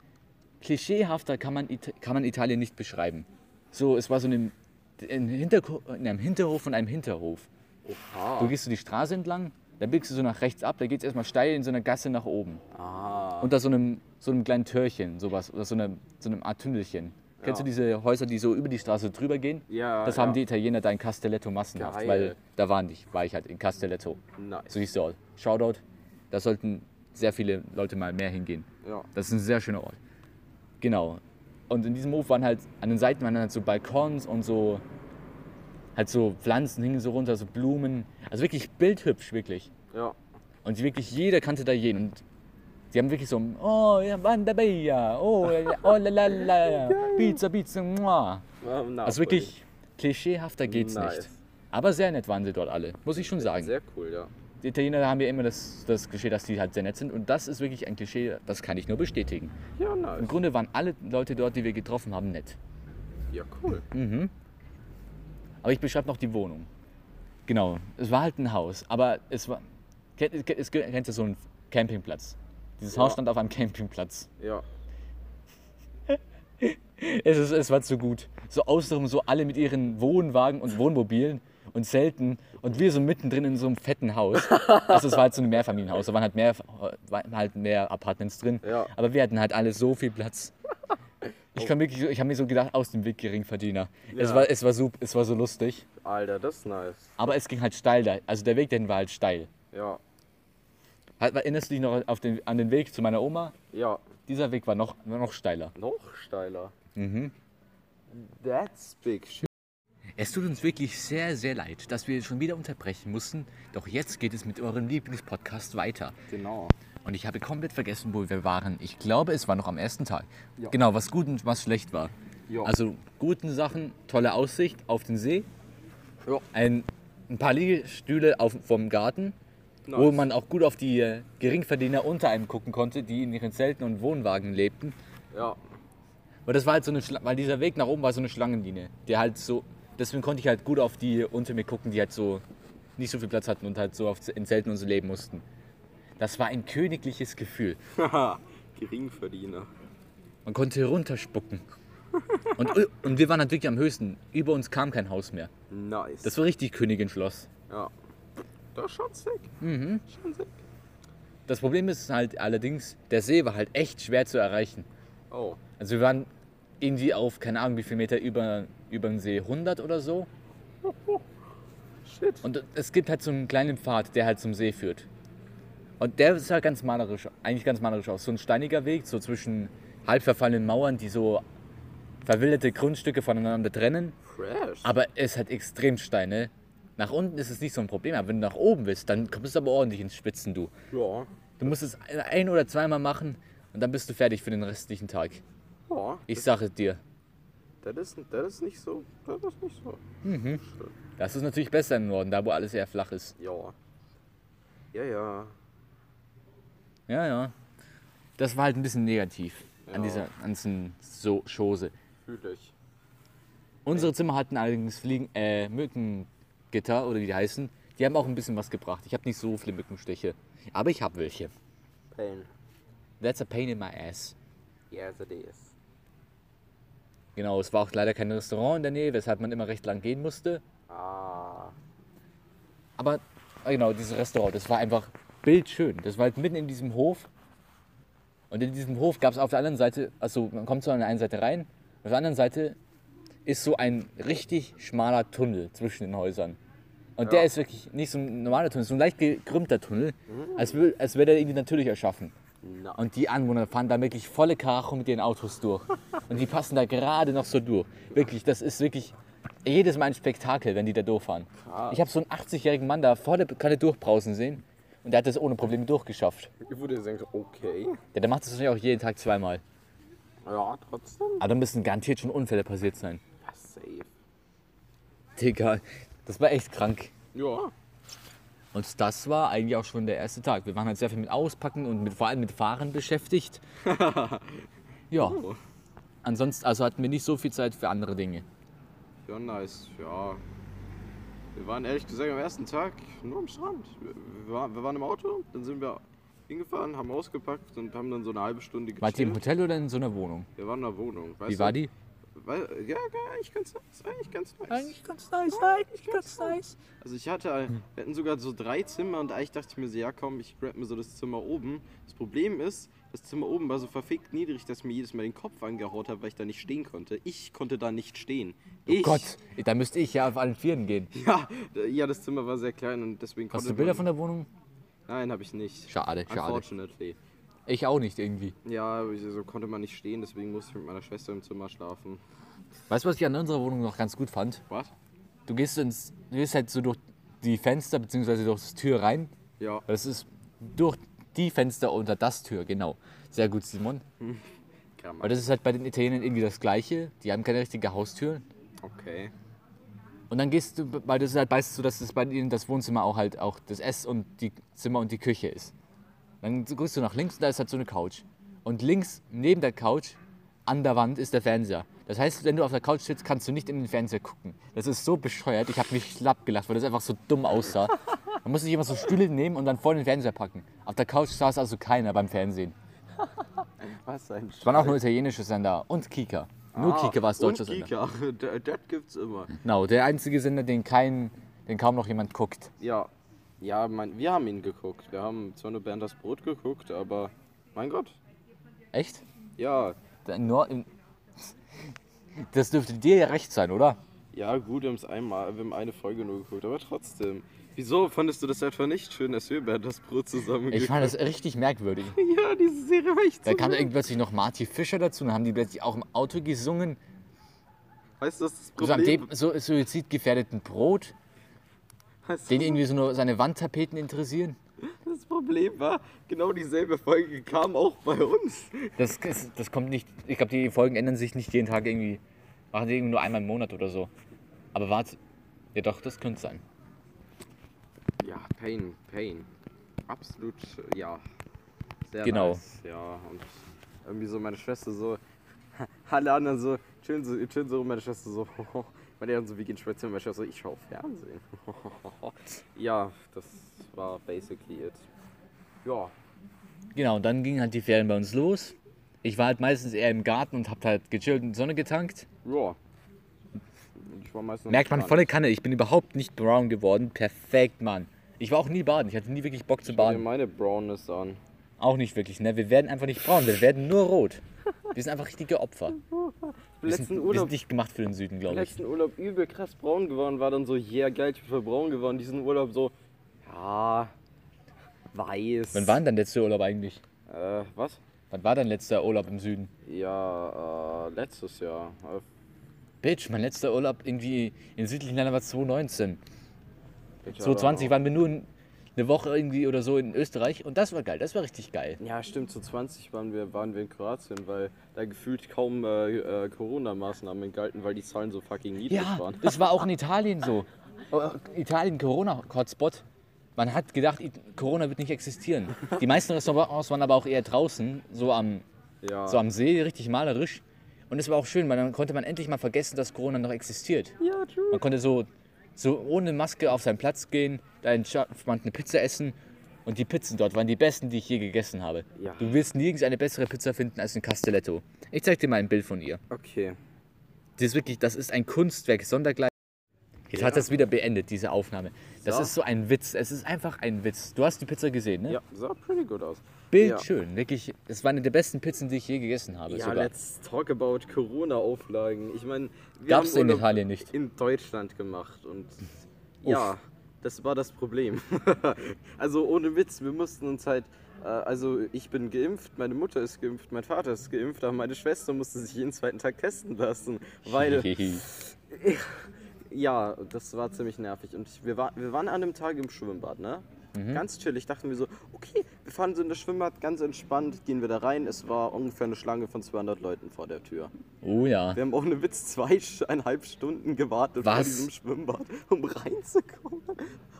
S3: klischeehafter, kann man, Ita- kann man Italien nicht beschreiben. So, es war so ein, ein Hinterko- in einem Hinterhof von einem Hinterhof. Du
S4: Ah,
S3: gehst du die Straße entlang, dann biegst du so nach rechts ab, da geht es erstmal steil in so einer Gasse nach oben.
S4: ah.
S3: Unter so einem, so einem kleinen Türchen, sowas, oder so einem, so einem Art Tündelchen. Kennst du diese Häuser, die so über die Straße drüber gehen?
S4: Ja,
S3: Das
S4: ja.
S3: haben die Italiener da in Castelletto massenhaft,
S4: Geil.
S3: weil da waren ich, war ich halt in Castelletto.
S4: Nice.
S3: So hieß der Ort. Shoutout, da sollten sehr viele Leute mal mehr hingehen.
S4: Ja.
S3: Das ist ein sehr schöner Ort. Genau. Und in diesem Hof waren halt, an den Seiten waren halt so Balkons und so, halt so Pflanzen hingen so runter, so Blumen. Also wirklich bildhübsch, wirklich.
S4: Ja.
S3: Und wirklich jeder kannte da jeden. Und sie haben wirklich so, oh, ja, Bandabella, oh, la- oh, la, la, la, Pizza, Pizza, mua.
S4: Ähm,
S3: Also wirklich klischeehafter geht's
S4: Nice.
S3: nicht. Aber sehr nett waren sie dort alle, muss ich schon sagen.
S4: Sehr cool, ja.
S3: Die Italiener haben ja immer das, das Klischee, dass die halt sehr nett sind. Und das ist wirklich ein Klischee, das kann ich nur bestätigen.
S4: Ja,
S3: Im
S4: nice.
S3: Grunde waren alle Leute dort, die wir getroffen haben, nett.
S4: Ja, cool.
S3: Aber ich beschreibe noch die Wohnung. Genau, es war halt ein Haus, aber es war. Kennt, es, kennst du so einen Campingplatz? Dieses Haus stand auf einem Campingplatz.
S4: Ja.
S3: Es, ist, es war zu gut. So außenrum, so alle mit ihren Wohnwagen und Wohnmobilen und Zelten und wir so mittendrin in so einem fetten Haus. Also es war halt so ein Mehrfamilienhaus, da waren halt mehr, waren halt mehr Apartments drin.
S4: Ja.
S3: Aber wir hatten halt alle so viel Platz. Ich, kann wirklich, so- ich habe mir so gedacht, aus dem Weg Geringverdiener. Es,
S4: Ja.
S3: war, es, war super, es war so lustig,
S4: Alter, das ist nice.
S3: aber es ging halt steil da. Also der Weg dahin war halt steil.
S4: Ja.
S3: Hat- Erinnerst du dich noch auf den, an den Weg zu meiner Oma?
S4: Ja.
S3: Dieser Weg war noch, war noch steiler.
S4: Noch steiler. Mhm. That's big shit.
S3: Es tut uns wirklich sehr, sehr leid, dass wir schon wieder unterbrechen mussten. Doch jetzt geht es mit eurem Lieblingspodcast weiter.
S4: Genau.
S3: Und ich habe komplett vergessen, wo wir waren. Ich glaube, es war noch am ersten Tag. Genau, was gut und was schlecht war.
S4: Ja.
S3: Also guten Sachen, tolle Aussicht auf den See.
S4: Ja.
S3: Ein, ein paar Liegestühle auf, vom Garten, wo man auch gut auf die äh, Geringverdiener unter einem gucken konnte, die in ihren Zelten und Wohnwagen lebten.
S4: Ja.
S3: Weil das war halt so eine Schla weil dieser Weg nach oben war so eine Schlangenlinie, der halt so deswegen konnte ich halt gut auf die unter mir gucken, die halt so nicht so viel Platz hatten und halt so auf, in Zelten und so leben mussten. Das war ein königliches Gefühl.
S4: Haha. Geringverdiener.
S3: Man konnte runterspucken. Und, und wir waren halt wirklich am höchsten. Über uns kam kein Haus mehr.
S4: Nice.
S3: Das war richtig Königinschloss.
S4: ja. Das ist schon sick. Mhm. Schon sick.
S3: Das Problem ist halt allerdings, der See war halt echt schwer zu erreichen.
S4: Oh.
S3: Also wir waren irgendwie auf, keine Ahnung wie viel Meter über, über den See, 100 oder so.
S4: Shit.
S3: Und es gibt halt so einen kleinen Pfad, der halt zum See führt. Und der ist halt ganz malerisch, eigentlich ganz malerisch aus. So ein steiniger Weg, so zwischen halb verfallenen Mauern, die so verwilderte Grundstücke voneinander trennen.
S4: Fresh.
S3: Aber es hat halt extrem Steine. Nach unten ist es nicht so ein Problem, aber wenn du nach oben willst, dann kommst du aber ordentlich ins Schwitzen, du.
S4: Ja.
S3: Du musst es ein oder zweimal machen und dann bist du fertig für den restlichen Tag.
S4: Ja.
S3: Ich sage dir,
S4: Das ist, das ist nicht so. Das ist nicht so.
S3: das ist natürlich besser im Norden, da wo alles eher flach ist.
S4: Ja. Ja, ja.
S3: Ja, ja. Das war halt ein bisschen negativ an dieser ganzen so Chose.
S4: Fühl ich.
S3: Unsere Zimmer hatten allerdings Fliegen, äh, Mückengitter oder wie die heißen. Die haben auch ein bisschen was gebracht. Ich habe nicht so viele Mückenstiche, aber ich habe welche.
S4: Pain.
S3: That's a pain in my ass.
S4: Yes, it is.
S3: Genau, es war auch leider kein Restaurant in der Nähe, weshalb man immer recht lang gehen musste.
S4: Ah.
S3: Aber ah, genau, dieses Restaurant, das war einfach bildschön. Das war halt mitten in diesem Hof. Und in diesem Hof gab es auf der anderen Seite, also man kommt so an der einen Seite rein, auf der anderen Seite ist so ein richtig schmaler Tunnel zwischen den Häusern. Und der ist wirklich nicht so ein normaler Tunnel, so ein leicht gekrümmter Tunnel, als, wür- als wäre der irgendwie natürlich erschaffen. Und die Anwohner fahren da wirklich volle Karacho mit ihren Autos durch. Und die passen da gerade noch so durch. Wirklich, das ist wirklich jedes Mal ein Spektakel, wenn die da durchfahren. Ich habe so einen 80-jährigen Mann da vor der Kalle durchbrausen sehen und der hat das ohne Probleme durchgeschafft.
S4: Ich würde sagen, okay.
S3: Der, der macht das wahrscheinlich auch jeden Tag zweimal.
S4: Ja, trotzdem.
S3: Aber da müssen garantiert schon Unfälle passiert sein.
S4: Ja, safe.
S3: Digga, das war echt krank.
S4: Ja.
S3: Und das war eigentlich auch schon der erste Tag. Wir waren halt sehr viel mit Auspacken und mit, vor allem mit Fahren beschäftigt. ja. Ansonsten also hatten wir nicht so viel Zeit für andere Dinge.
S4: Ja, nice. Ja. Wir waren ehrlich gesagt am ersten Tag nur am Strand. Wir, wir, waren, wir waren im Auto, dann sind wir hingefahren, haben ausgepackt und haben dann so eine halbe Stunde
S3: Wart ihr im
S4: gechillt.
S3: Hotel oder in so einer Wohnung?
S4: Wir waren in der Wohnung. Weißt
S3: Wie war die?
S4: Du, weil, ja, ja, eigentlich ganz nice. Eigentlich ganz nice.
S3: ganz nice, eigentlich ganz nice.
S4: Also ich hatte,
S3: Hm.
S4: wir hatten sogar so drei Zimmer und eigentlich dachte ich mir so, ja komm, ich grab mir so das Zimmer oben. Das Problem ist, das Zimmer oben war so verfickt niedrig, dass ich mir jedes Mal den Kopf angehaut habe, weil ich da nicht stehen konnte. Ich konnte da nicht stehen. Ich,
S3: Oh Gott, da müsste ich ja auf allen Vieren gehen.
S4: Ja, d- ja, das Zimmer war sehr klein und deswegen
S3: Hast
S4: konnte
S3: du Bilder
S4: man-
S3: von der Wohnung?
S4: Nein, habe ich nicht.
S3: Schade, schade.
S4: Unfortunately.
S3: Ich auch nicht irgendwie.
S4: Ja, so konnte man nicht stehen, deswegen musste ich mit meiner Schwester im Zimmer schlafen.
S3: Weißt du, was ich an unserer Wohnung noch ganz gut fand?
S4: Was?
S3: Du gehst, ins, du gehst halt so durch die Fenster bzw. durch die Tür rein.
S4: Ja.
S3: Das ist durch die Fenster unter das Tür, genau. Sehr gut, Simon. Weil
S4: Grammatik.
S3: das ist halt bei den Italienern irgendwie das Gleiche. Die haben keine richtige Haustür.
S4: Okay.
S3: Und dann gehst du, weil das ist halt weißt du, dass das bei ihnen das Wohnzimmer auch halt auch das Ess- und die Zimmer und die Küche ist. Dann gehst du nach links und da ist halt so eine Couch. Und links neben der Couch an der Wand ist der Fernseher. Das heißt, wenn du auf der Couch sitzt, kannst du nicht in den Fernseher gucken. Das ist so bescheuert. Ich habe mich schlapp gelacht, weil das einfach so dumm aussah. Man muss sich immer so Stühle nehmen und dann vor den Fernseher packen. Auf der Couch saß also keiner beim Fernsehen.
S4: Was ein
S3: Es waren auch nur italienische Sender und Kika. Nur Kika war es deutsche
S4: Ah, Und
S3: Sender.
S4: Kika. D- Das gibt's immer.
S3: Genau, der einzige Sender, den, kein, den kaum noch jemand guckt.
S4: Ja. Ja, mein, wir haben ihn geguckt. Wir haben zwar nur Bernd das Brot geguckt, aber mein Gott.
S3: Echt?
S4: Ja.
S3: Da- Nur im das dürfte dir ja recht sein, oder?
S4: Ja, gut, wir haben es einmal, wir haben eine Folge nur geguckt, aber trotzdem. Wieso fandest du das etwa nicht schön, dass wir Bernd das Brot zusammen
S3: Ich
S4: geguckt
S3: fand das richtig merkwürdig.
S4: Ja, diese Serie war echt
S3: Da
S4: so
S3: kam
S4: gut.
S3: dann plötzlich noch Marty Fischer dazu, dann haben die plötzlich auch im Auto gesungen.
S4: Weißt du, das ist das
S3: So Also an
S4: Problem?
S3: dem so suizidgefährdeten Brot,
S4: Weißt du,
S3: den irgendwie so nur seine Wandtapeten interessieren.
S4: das Problem war, genau dieselbe Folge kam auch bei uns.
S3: Das, das, das kommt nicht. Ich glaube, die Folgen ändern sich nicht jeden Tag irgendwie. Machen die irgendwie nur einmal im Monat oder so. Aber warte. Ja doch, das könnte sein.
S4: Ja, Pain, Pain. Absolut, ja. Sehr
S3: Genau.
S4: nice. Ja, und irgendwie so meine Schwester so, alle anderen so, chillen so, chillen so rum, meine Schwester so, meine Eltern so, wie gehen spazieren, meine Schwester so, ich schaue Fernsehen. ja, das war basically it. Ja,
S3: Genau, und dann gingen halt die Ferien bei uns los. Ich war halt meistens eher im Garten und hab halt gechillt und Sonne getankt.
S4: ja. Ich war meistens
S3: Merkt man
S4: entspannt.
S3: volle Kanne, ich bin überhaupt nicht brown geworden. Perfekt, Mann. Ich war auch nie baden, ich hatte nie wirklich Bock zu
S4: Schau dir
S3: baden.
S4: meine Brownness an.
S3: Auch nicht wirklich, ne? Wir werden einfach nicht braun, wir werden nur rot. Wir sind einfach richtige Opfer. Wir sind,
S4: Letzten
S3: wir
S4: Urlaub
S3: sind nicht gemacht für den Süden, glaube ich.
S4: letzten Urlaub übel krass braun geworden, war dann so, yeah, geil, ich bin voll braun geworden. Diesen Urlaub so, ja, weiß.
S3: Wann war denn dein letzter Urlaub eigentlich?
S4: Äh, was?
S3: Wann war dein letzter Urlaub im Süden?
S4: Ja, äh, letztes Jahr. Äh,
S3: Bitch, mein letzter Urlaub irgendwie in südlichen Ländern war 2019. So 20 waren wir nur in- eine Woche irgendwie oder so in Österreich und das war geil, das war richtig geil.
S4: Ja, stimmt, zu 20 waren wir, waren wir in Kroatien, weil da gefühlt kaum äh, äh, Corona-Maßnahmen galten, weil die Zahlen so fucking niedrig
S3: Ja,
S4: waren.
S3: Ah, das war auch in Italien so. Äh, Italien Corona-Hotspot. Man hat gedacht, I- Corona wird nicht existieren. Die meisten Restaurants waren aber auch eher draußen, so am,
S4: Ja.
S3: so am See, richtig malerisch. Und es war auch schön, weil dann konnte man endlich mal vergessen, dass Corona noch existiert. Man konnte so, so ohne Maske auf seinen Platz gehen, da entspannt eine Pizza essen. Und die Pizzen dort waren die besten, die ich je gegessen habe.
S4: Ja.
S3: Du wirst nirgends eine bessere Pizza finden als in Castelletto. Ich zeig dir mal ein Bild von ihr.
S4: Okay.
S3: Das ist wirklich, das ist ein Kunstwerk sondergleich. Jetzt hat das wieder beendet, diese Aufnahme. Das
S4: So.
S3: ist so ein Witz. Es ist einfach ein Witz. Du hast die Pizza gesehen, ne?
S4: Ja, sah pretty good aus. ja.
S3: Bildschön. Wirklich, es war eine der besten Pizzen, die ich je gegessen habe.
S4: Ja,
S3: Äh, sogar.
S4: let's talk about Corona-Auflagen. Ich meine, wir
S3: Gab's
S4: haben
S3: in
S4: Urlaub
S3: Italien nicht.
S4: in Deutschland gemacht und ja, das war das Problem. also ohne Witz, wir mussten uns halt, äh, also ich bin geimpft, meine Mutter ist geimpft, mein Vater ist geimpft, aber meine Schwester musste sich jeden zweiten Tag testen lassen, weil ja, das war ziemlich nervig. Und ich, wir, war, wir waren an dem Tag im Schwimmbad, ne?
S3: Mhm.
S4: Ganz chillig. Dachten wir so, okay, wir fahren so in das Schwimmbad, ganz entspannt, gehen wir da rein. Es war ungefähr eine Schlange von 200 Leuten vor der Tür.
S3: oh ja.
S4: Wir haben ohne Witz zweieinhalb Stunden gewartet vor
S3: Was?
S4: diesem Schwimmbad, um reinzukommen.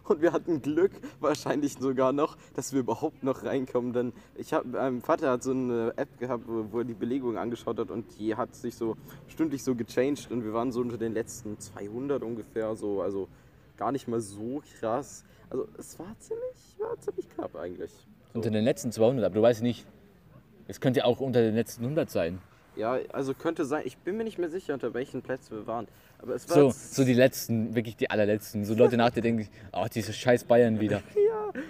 S4: Und wir hatten Glück, wahrscheinlich sogar noch, dass wir überhaupt noch reinkommen. Denn ich hab, mein Vater hat so eine App gehabt, wo wo er die Belegung angeschaut hat und die hat sich so stündlich so gechanged. Und wir waren so unter den letzten 200 ungefähr, so, also gar nicht mal so krass. Also es war ziemlich, war ziemlich knapp eigentlich.
S3: Unter den letzten 200, aber du weißt nicht. Es könnte auch unter den letzten 100 sein.
S4: Ja, also könnte sein, ich bin mir nicht mehr sicher, unter welchen Plätzen wir waren. Aber es war
S3: So,
S4: jetzt-
S3: so die letzten, wirklich die allerletzten. So Leute nach dir denken, oh, diese scheiß Bayern wieder.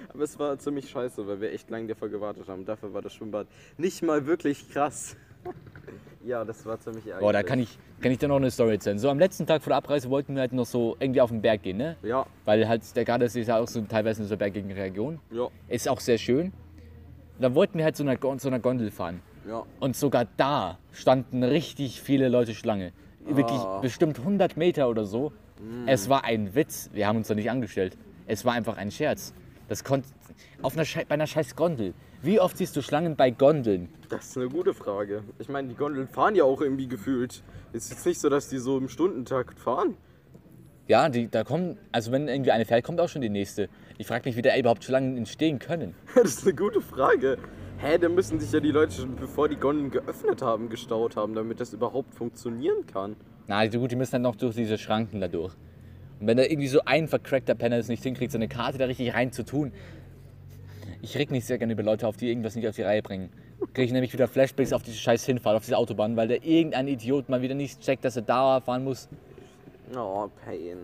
S4: Aber es war ziemlich scheiße, weil wir echt lange dafür gewartet haben. Dafür war das Schwimmbad nicht mal wirklich krass. ja, das war ziemlich ärgerlich.
S3: Boah, da kann ich, kann ich dir noch eine Story erzählen. So am letzten Tag vor der Abreise wollten wir halt noch so irgendwie auf den Berg gehen, ne?
S4: Ja,
S3: Weil halt der Gardasee ist ja auch so teilweise eine so bergige Region.
S4: ja,
S3: Ist auch sehr schön. Da wollten wir halt so einer, Gon- so einer Gondel fahren.
S4: ja.
S3: Und sogar da standen richtig viele Leute Schlange. Wirklich bestimmt 100 Meter oder so. Es war ein Witz. Wir haben uns da nicht angestellt. Es war einfach ein Scherz. Das konnte. Auf einer Schei- bei einer scheiß Gondel. Wie oft siehst du Schlangen bei Gondeln?
S4: Das ist eine gute Frage. Ich meine, die Gondeln fahren ja auch irgendwie gefühlt. Es ist jetzt nicht so, dass die so im Stundentakt fahren.
S3: Ja, die, da kommen. Also, wenn irgendwie eine fährt, kommt auch schon die nächste. Ich frage mich, wie da überhaupt Schlangen entstehen können.
S4: das ist eine gute Frage. Hä, da müssen sich ja die Leute schon, bevor die Gondeln geöffnet haben, gestaut haben, damit das überhaupt funktionieren kann.
S3: Na, die- gut, die müssen dann noch durch diese Schranken da durch. Und wenn da irgendwie so ein vercrackter Penner es nicht hinkriegt, seine Karte da richtig rein zu tun. Ich reg mich sehr gerne über Leute auf, die irgendwas nicht auf die Reihe bringen. Kriege ich nämlich wieder Flashbacks auf diese scheiß Hinfahrt, auf diese Autobahn, weil da irgendein Idiot mal wieder nicht checkt, dass er da fahren muss.
S4: Oh, Pain.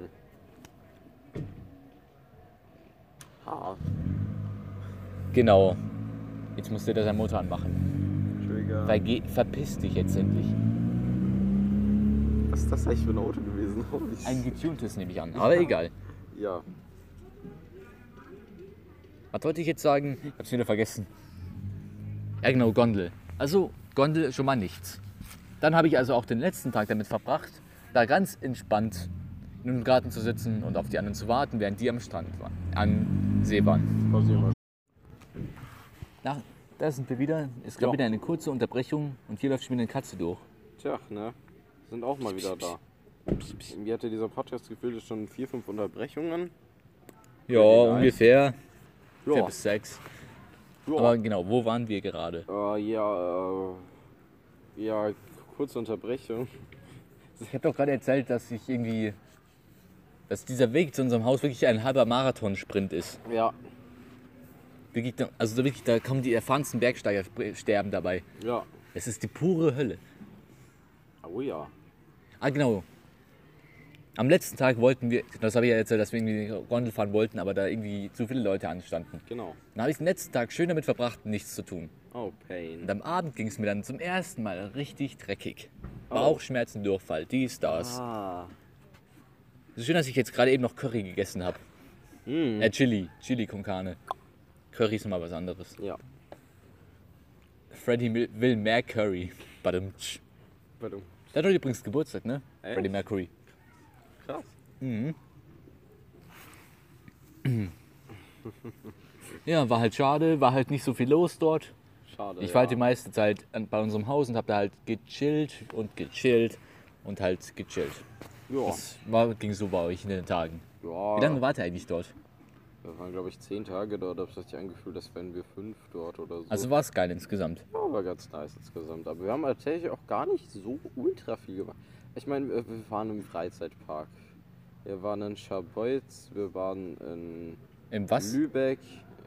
S4: Ah,
S3: Genau. Jetzt muss der da seinen Motor anmachen.
S4: Trigger.
S3: Weil geh, verpiss dich jetzt endlich.
S4: Was ist das eigentlich für ein Auto gewesen? Holy
S3: Ein
S4: shit.
S3: getuntes nehme ich an, aber egal.
S4: Ja.
S3: Was wollte ich jetzt sagen? Ich hab's wieder vergessen. Ja genau, Gondel. Also Gondel schon mal nichts. Dann habe ich also auch den letzten Tag damit verbracht, da ganz entspannt in einem Garten zu sitzen und auf die anderen zu warten, während die am Strand waren, am See waren. Na, da sind wir wieder. Es gab
S4: Ja.
S3: wieder eine kurze Unterbrechung und hier läuft schon wieder eine Katze durch.
S4: Tja, ne? Sind auch mal wieder da. Irgendwie hatte dieser Podcast gefühlt schon 4, 5 Unterbrechungen.
S3: Ja,
S4: nice.
S3: ungefähr. Vier
S4: Ja.
S3: bis sechs.
S4: Ja.
S3: Aber genau, wo waren wir gerade?
S4: Äh, ja, äh, ja, kurze Unterbrechung.
S3: Ich habe doch gerade erzählt, dass ich irgendwie, dass dieser Weg zu unserem Haus wirklich ein halber Marathonsprint ist.
S4: Ja,
S3: Wirklich, da- also da wirklich, da kommen die erfahrensten Bergsteiger sp- sterben dabei.
S4: ja.
S3: Es ist die pure Hölle.
S4: Oh ja.
S3: Ah, genau. Am letzten Tag wollten wir, das habe ich ja erzählt, dass wir irgendwie Gondel fahren wollten, aber da irgendwie zu viele Leute anstanden.
S4: Genau.
S3: Dann habe ich den letzten Tag schön damit verbracht, nichts zu tun.
S4: Oh,
S3: Und
S4: Pain.
S3: am Abend ging es mir dann zum ersten Mal richtig dreckig. Bauchschmerzen, Durchfall, dies, das.
S4: Ah.
S3: So schön, dass ich jetzt gerade eben noch Curry gegessen habe. Äh, Chili, Chili con carne. Curry ist nochmal was anderes.
S4: Ja.
S3: Freddy will- will mehr Curry. Badumtsch.
S4: Pardon.
S3: Der hat heute übrigens Geburtstag, ne?
S4: Echt?
S3: Freddie Mercury.
S4: Krass.
S3: Ja, war halt schade, war halt nicht so viel los dort.
S4: Schade.
S3: Ich war halt die meiste Zeit an- bei unserem Haus und habe da halt gechillt und gechillt und halt gechillt.
S4: Ja.
S3: Das war, ging so bei euch in den Tagen.
S4: ja.
S3: Wie lange wart ihr eigentlich dort?
S4: Wir waren, glaube ich, zehn Tage dort. Hab's richtig angefühlt, als wären wir fünf dort oder so.
S3: Also war es geil insgesamt.
S4: Ja, war ganz nice insgesamt. Aber wir haben tatsächlich auch gar nicht so ultra viel gemacht. Ich meine, wir wir waren im Freizeitpark. Wir waren in Scharbeutz, wir waren in
S3: Im was?
S4: Lübeck.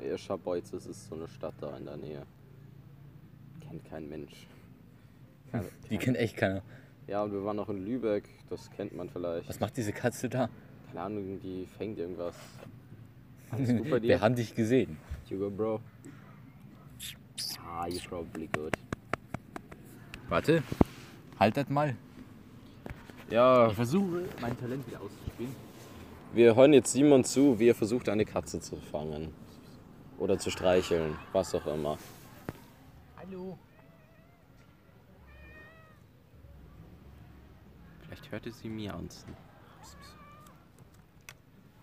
S4: Ja, Scharbeutz, das ist so eine Stadt da in der Nähe. Kennt kein Mensch. Keine-
S3: Die kennt echt keiner.
S4: Ja, und wir waren auch in Lübeck, das kennt man vielleicht.
S3: Was macht diese Katze da?
S4: Keine Ahnung, die fängt irgendwas. gut bei dir?
S3: Wir haben dich gesehen.
S4: You go, bro. Ah, you're probably good.
S3: Warte, haltet mal.
S4: Ja,
S3: versuche, mein Talent wieder auszuspielen.
S4: Wir hören jetzt Simon zu, wie er versucht, eine Katze zu fangen. Oder zu streicheln, was auch immer.
S3: Hallo.
S4: Vielleicht hörte sie miaunzen.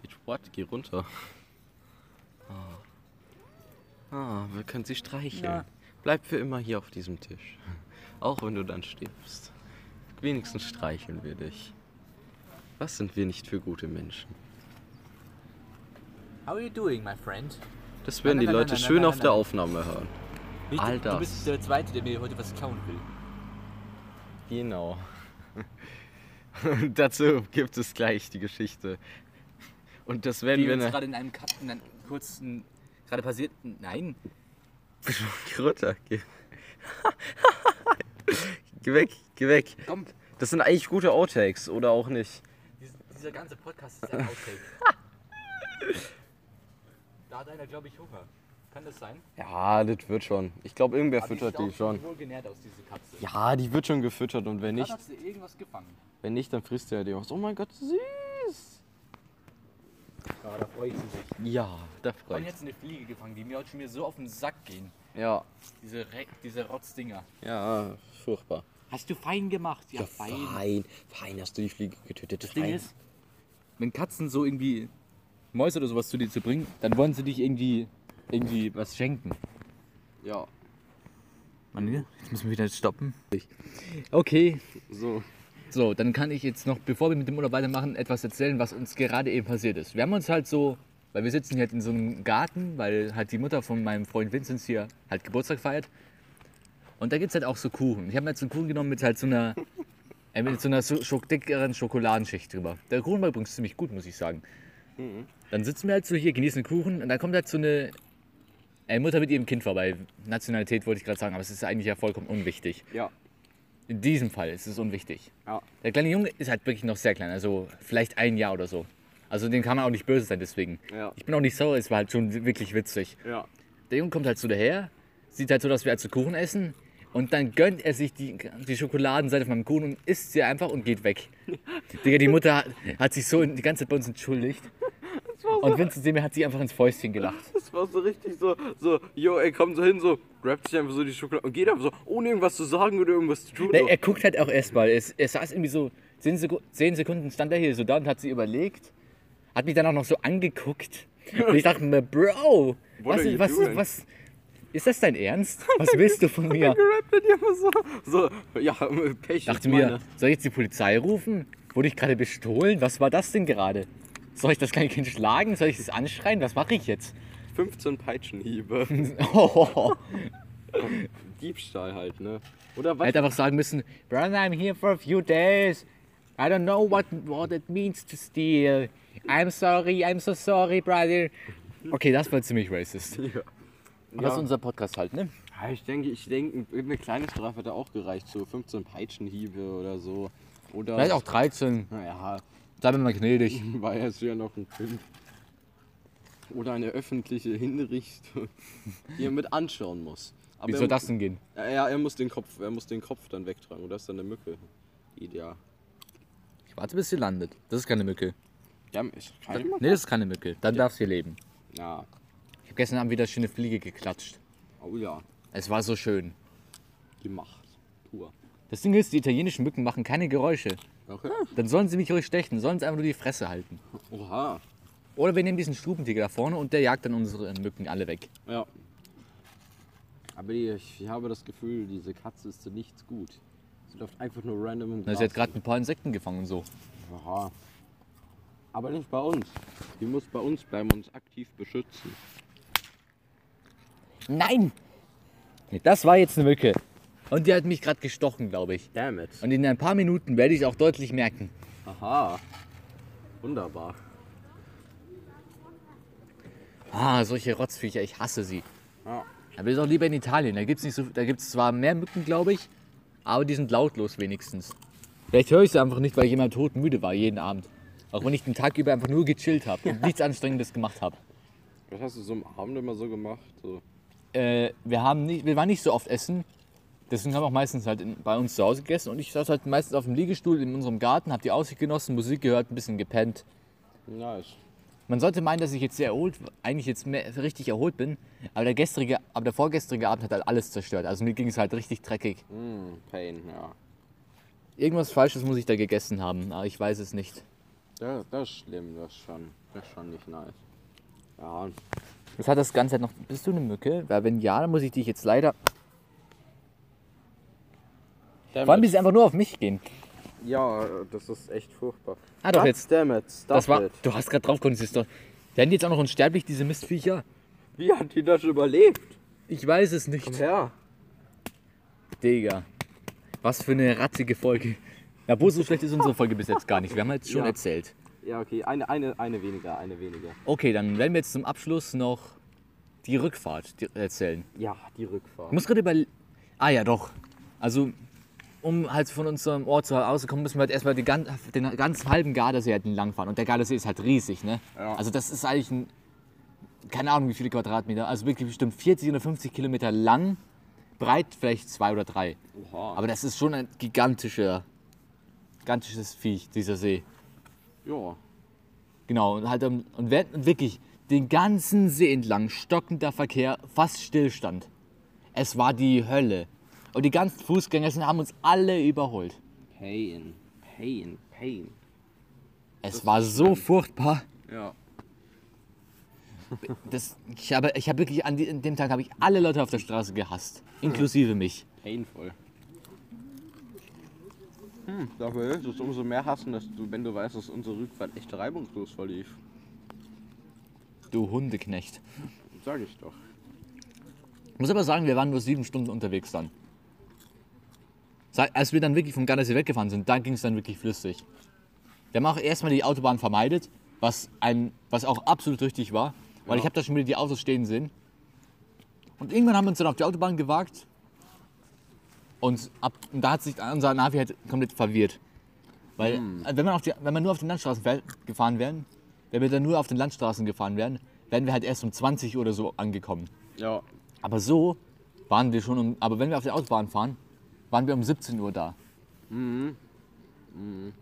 S4: Bitch, what? Geh runter. Ah. ah, wir können sie streicheln.
S3: Na.
S4: Bleib für immer hier auf diesem Tisch. Auch wenn du dann stirbst. Wenigstens streicheln wir dich. Was sind wir nicht für gute Menschen?
S3: How are you doing, my friend?
S4: Das werden
S3: Nein,
S4: die
S3: nein, nein,
S4: Leute
S3: nein,
S4: schön
S3: nein,
S4: auf
S3: nein,
S4: der
S3: nein.
S4: Aufnahme hören. All
S3: Du bist
S4: das.
S3: der Zweite, der mir heute was klauen will.
S4: Genau. Und dazu gibt es gleich die Geschichte. Und das werden
S3: Die
S4: wir
S3: uns
S4: in
S3: gerade in einem Cut, in einem kurzen, gerade passiert, nein,
S4: Runter. Geh. geh weg, geh weg.
S3: komm,
S4: Das sind eigentlich gute Outtakes, oder auch nicht.
S3: dies- dieser ganze Podcast ist ein Outtake. da hat einer, glaube ich, Hunger. Kann das sein?
S4: Ja, das wird schon. Ich glaube, irgendwer füttert die
S3: sieht auch
S4: schon.
S3: wohl genährt aus, diese Katze.
S4: Ja, die wird schon gefüttert und wenn
S3: Nicht.
S4: nicht,
S3: Hat sie irgendwas gefangen.
S4: wenn nicht, dann frisst er die auch. Oh mein Gott, süß.
S3: Ja, da freut sie sich.
S4: Ja, da
S3: Und
S4: freut
S3: jetzt eine Fliege gefangen, die mir heute schon mir so auf den Sack gehen.
S4: Ja,
S3: Diese, Re diese Rotzdinger.
S4: ja, furchtbar.
S3: Hast du fein gemacht? Ja,
S4: fein, fein hast du die Fliege getötet.
S3: Das Ding ist, wenn Katzen so irgendwie Mäuse oder sowas zu dir zu bringen, dann wollen sie dich irgendwie, irgendwie was schenken.
S4: ja,
S3: Mann, jetzt müssen wir wieder stoppen. Okay,
S4: so.
S3: so, dann kann ich jetzt noch, bevor wir mit dem Urlaub weitermachen, etwas erzählen, was uns gerade eben passiert ist. Wir haben uns halt so, weil wir sitzen hier halt in so einem Garten, weil halt die Mutter von meinem Freund Vinzenz hier halt Geburtstag feiert. Und da gibt es halt auch so Kuchen. Ich habe mir jetzt so einen Kuchen genommen mit halt so einer, äh, mit so einer so, scho- dickeren Schokoladenschicht drüber. Der Kuchen war übrigens ziemlich gut, muss ich sagen. Dann sitzen wir halt so hier, genießen den Kuchen und dann kommt halt so eine äh, Mutter mit ihrem Kind vorbei. Nationalität wollte ich gerade sagen, aber es ist eigentlich ja vollkommen unwichtig.
S4: Ja,
S3: In diesem Fall ist es unwichtig.
S4: ja.
S3: Der kleine Junge ist halt wirklich noch sehr klein, also vielleicht ein Jahr oder so. Also dem kann man auch nicht böse sein deswegen.
S4: Ja.
S3: Ich bin auch nicht sauer, es war halt schon wi- wirklich witzig.
S4: Ja.
S3: Der Junge kommt halt so daher, sieht halt so, dass wir halt so Kuchen essen und dann gönnt er sich die, die Schokoladenseite von meinem Kuchen und isst sie einfach und geht weg. Digga, die Mutter hat, hat sich so die ganze Zeit bei uns entschuldigt. Und Vincent Semir hat sie einfach ins Fäustchen gelacht.
S4: Das war so richtig so, so, yo, ey, komm so hin, so, grabt sich einfach so die Schokolade und geht einfach so, ohne irgendwas zu sagen oder irgendwas zu tun.
S3: Nee,
S4: so.
S3: er guckt halt auch erstmal. Er, er saß irgendwie so, zehn, Seku zehn Sekunden stand er hier so da und hat sie überlegt. Hat mich dann auch noch so angeguckt. Und ich dachte mir, Bro,
S4: What
S3: was,
S4: are you
S3: was,
S4: doing?
S3: was, ist das dein Ernst? Was willst du von mir?
S4: Gerappt hat die einfach so, so, ja, Pech.
S3: dachte
S4: ist
S3: mir,
S4: meine.
S3: soll ich jetzt die Polizei rufen? Wurde ich gerade bestohlen? Was war das denn gerade? Soll ich das kleine Kind schlagen? Soll ich es anschreien? Was mache ich jetzt?
S4: 15 Peitschenhiebe.
S3: Oh,
S4: Diebstahl halt, ne? Oder
S3: er
S4: was?
S3: hätte einfach sagen müssen, Brother, I'm here for a few days. I don't know what, what it means to steal. I'm sorry, I'm so sorry, brother. Okay, das war ziemlich racist.
S4: Ja.
S3: Aber das ist unser Podcast halt, ne?
S4: Ja, ich denke, ich denke, irgendeine kleine Strafe hätte auch gereicht, so 15 Peitschenhiebe oder so. Oder,
S3: Vielleicht auch 13.
S4: naja,
S3: Sei mir mal gnädig.
S4: war jetzt ja noch ein Film. Oder eine öffentliche Hinrichtung, die er mit anschauen muss. Aber
S3: Wie
S4: er
S3: soll das denn gehen?
S4: Ja, Ja, er muss den Kopf, er muss den Kopf dann wegtragen. Oder ist da eine Mücke? Ideal.
S3: Ich warte, bis sie landet. Das ist keine Mücke.
S4: Ja, ist kein
S3: Nee, das ist keine Mücke. Dann darf sie leben.
S4: Ja.
S3: Ich habe gestern Abend wieder schöne Fliege geklatscht.
S4: Oh ja,
S3: Es war so schön.
S4: die Macht. Pur.
S3: Das Ding ist, die italienischen Mücken machen keine Geräusche.
S4: Okay.
S3: Dann sollen sie mich ruhig stechen, sollen sie einfach nur die Fresse halten.
S4: Oha.
S3: Oder wir nehmen diesen Stubentiger da vorne und der jagt dann unsere äh, Mücken alle weg.
S4: Ja. Aber die- ich habe das Gefühl, diese Katze ist zu nichts gut. Sie läuft einfach nur random im
S3: Na,
S4: Gras.
S3: Also sie hat gerade ein paar Insekten gefangen und so.
S4: Aha. Aber nicht bei uns. Die muss bei uns bleiben und uns aktiv beschützen.
S3: Nein! Das war jetzt eine Mücke. Und die hat mich gerade gestochen, glaube ich.
S4: Damn it.
S3: Und in ein paar Minuten werde ich es auch deutlich merken.
S4: Aha. Wunderbar.
S3: Ah, solche Rotzviecher, ich hasse sie.
S4: Ja.
S3: Aber ist auch lieber in Italien. Da gibt's nicht so, da gibt's zwar mehr Mücken, glaube ich, aber die sind lautlos wenigstens. Vielleicht höre ich sie einfach nicht, weil ich immer todmüde war jeden Abend. Auch wenn ich den Tag über einfach nur gechillt habe und nichts Anstrengendes gemacht habe.
S4: Was hast du so am Abend immer so gemacht? So.
S3: Äh, wir, haben nicht, wir waren nicht so oft essen. Deswegen haben wir auch meistens halt in, bei uns zu Hause gegessen. Und ich saß halt meistens auf dem Liegestuhl in unserem Garten, habe die Aussicht genossen, Musik gehört, ein bisschen gepennt.
S4: Nice.
S3: Man sollte meinen, dass ich jetzt sehr erholt, eigentlich jetzt mehr, richtig erholt bin, aber der gestrige, aber der vorgestrige Abend hat halt alles zerstört. Also mir ging es halt richtig dreckig.
S4: Mm, Pain, ja.
S3: Irgendwas Falsches muss ich da gegessen haben, aber ich weiß es nicht.
S4: Das, das ist schlimm, das ist schon, das ist schon nicht nice. Ja,
S3: Das hat das Ganze halt noch. Bist du eine Mücke? Weil wenn ja, dann muss ich dich jetzt leider.
S4: Damn
S3: Vor allem,
S4: it.
S3: die sie einfach nur auf mich gehen.
S4: ja, das ist echt furchtbar.
S3: Ah, doch,
S4: God
S3: jetzt.
S4: Damn it, stop
S3: Das war.
S4: it.
S3: Du hast gerade drauf konsistent. Werden die jetzt auch noch unsterblich, diese Mistviecher?
S4: Wie hat die das überlebt?
S3: Ich weiß es nicht.
S4: Ja.
S3: Digga. Was für eine ratzige Folge. Na, wo so schlecht ist unsere Folge bis jetzt gar nicht. Wir haben jetzt schon
S4: Ja.
S3: erzählt.
S4: Ja, okay, eine, eine, eine weniger, eine weniger.
S3: Okay, dann werden wir jetzt zum Abschluss noch die Rückfahrt di- erzählen.
S4: Ja, die
S3: Ich
S4: Rückfahrt.
S3: muss gerade über. Ah ja, doch. Also, um halt von unserem Ort zu rauszukommen, müssen wir halt erstmal den, gan- den ganzen halben Gardasee halt langfahren. Und der Gardasee ist halt riesig, ne?
S4: Ja.
S3: Also, das ist eigentlich ein. Keine Ahnung, wie viele Quadratmeter. Also wirklich bestimmt 40 oder 50 Kilometer lang, breit vielleicht zwei oder drei.
S4: Oha.
S3: Aber das ist schon ein gigantischer, gigantisches Viech, dieser See.
S4: ja.
S3: Genau, und halt am- und wir- und wirklich den ganzen See entlang stockender Verkehr, fast Stillstand. Es war die Hölle. Und die ganzen Fußgänger sind- haben uns alle überholt.
S4: Pain, pain, pain.
S3: Es war so furchtbar.
S4: Ja.
S3: Das, ich habe, ich habe wirklich an, die, an dem Tag habe ich alle Leute auf der Straße gehasst, inklusive mich.
S4: Painful. Hm, dafür wirst du es umso mehr hassen, dass du, wenn du weißt, dass unsere Rückfahrt echt reibungslos verlief.
S3: Du Hundeknecht.
S4: Sag ich doch.
S3: Ich muss aber sagen, wir waren nur sieben Stunden unterwegs dann. Seit- Als wir dann wirklich vom Gardasee weggefahren sind, da ging es dann wirklich flüssig. Wir haben auch erstmal die Autobahn vermeidet, was, ein, was auch absolut richtig war, weil ich habe da schon wieder die Autos stehen sehen. Und irgendwann haben wir uns dann auf die Autobahn gewagt und, ab, und da hat sich unser Navi halt komplett verwirrt. Weil äh, wenn, man auf die, wenn man nur auf den Landstraßen fährt- gefahren wären, wenn wir dann nur auf den Landstraßen gefahren wären, wären wir halt erst um 20 Uhr oder so angekommen.
S4: Ja.
S3: Aber so waren wir schon um. Aber wenn wir auf der Autobahn fahren, waren wir um 17 Uhr da.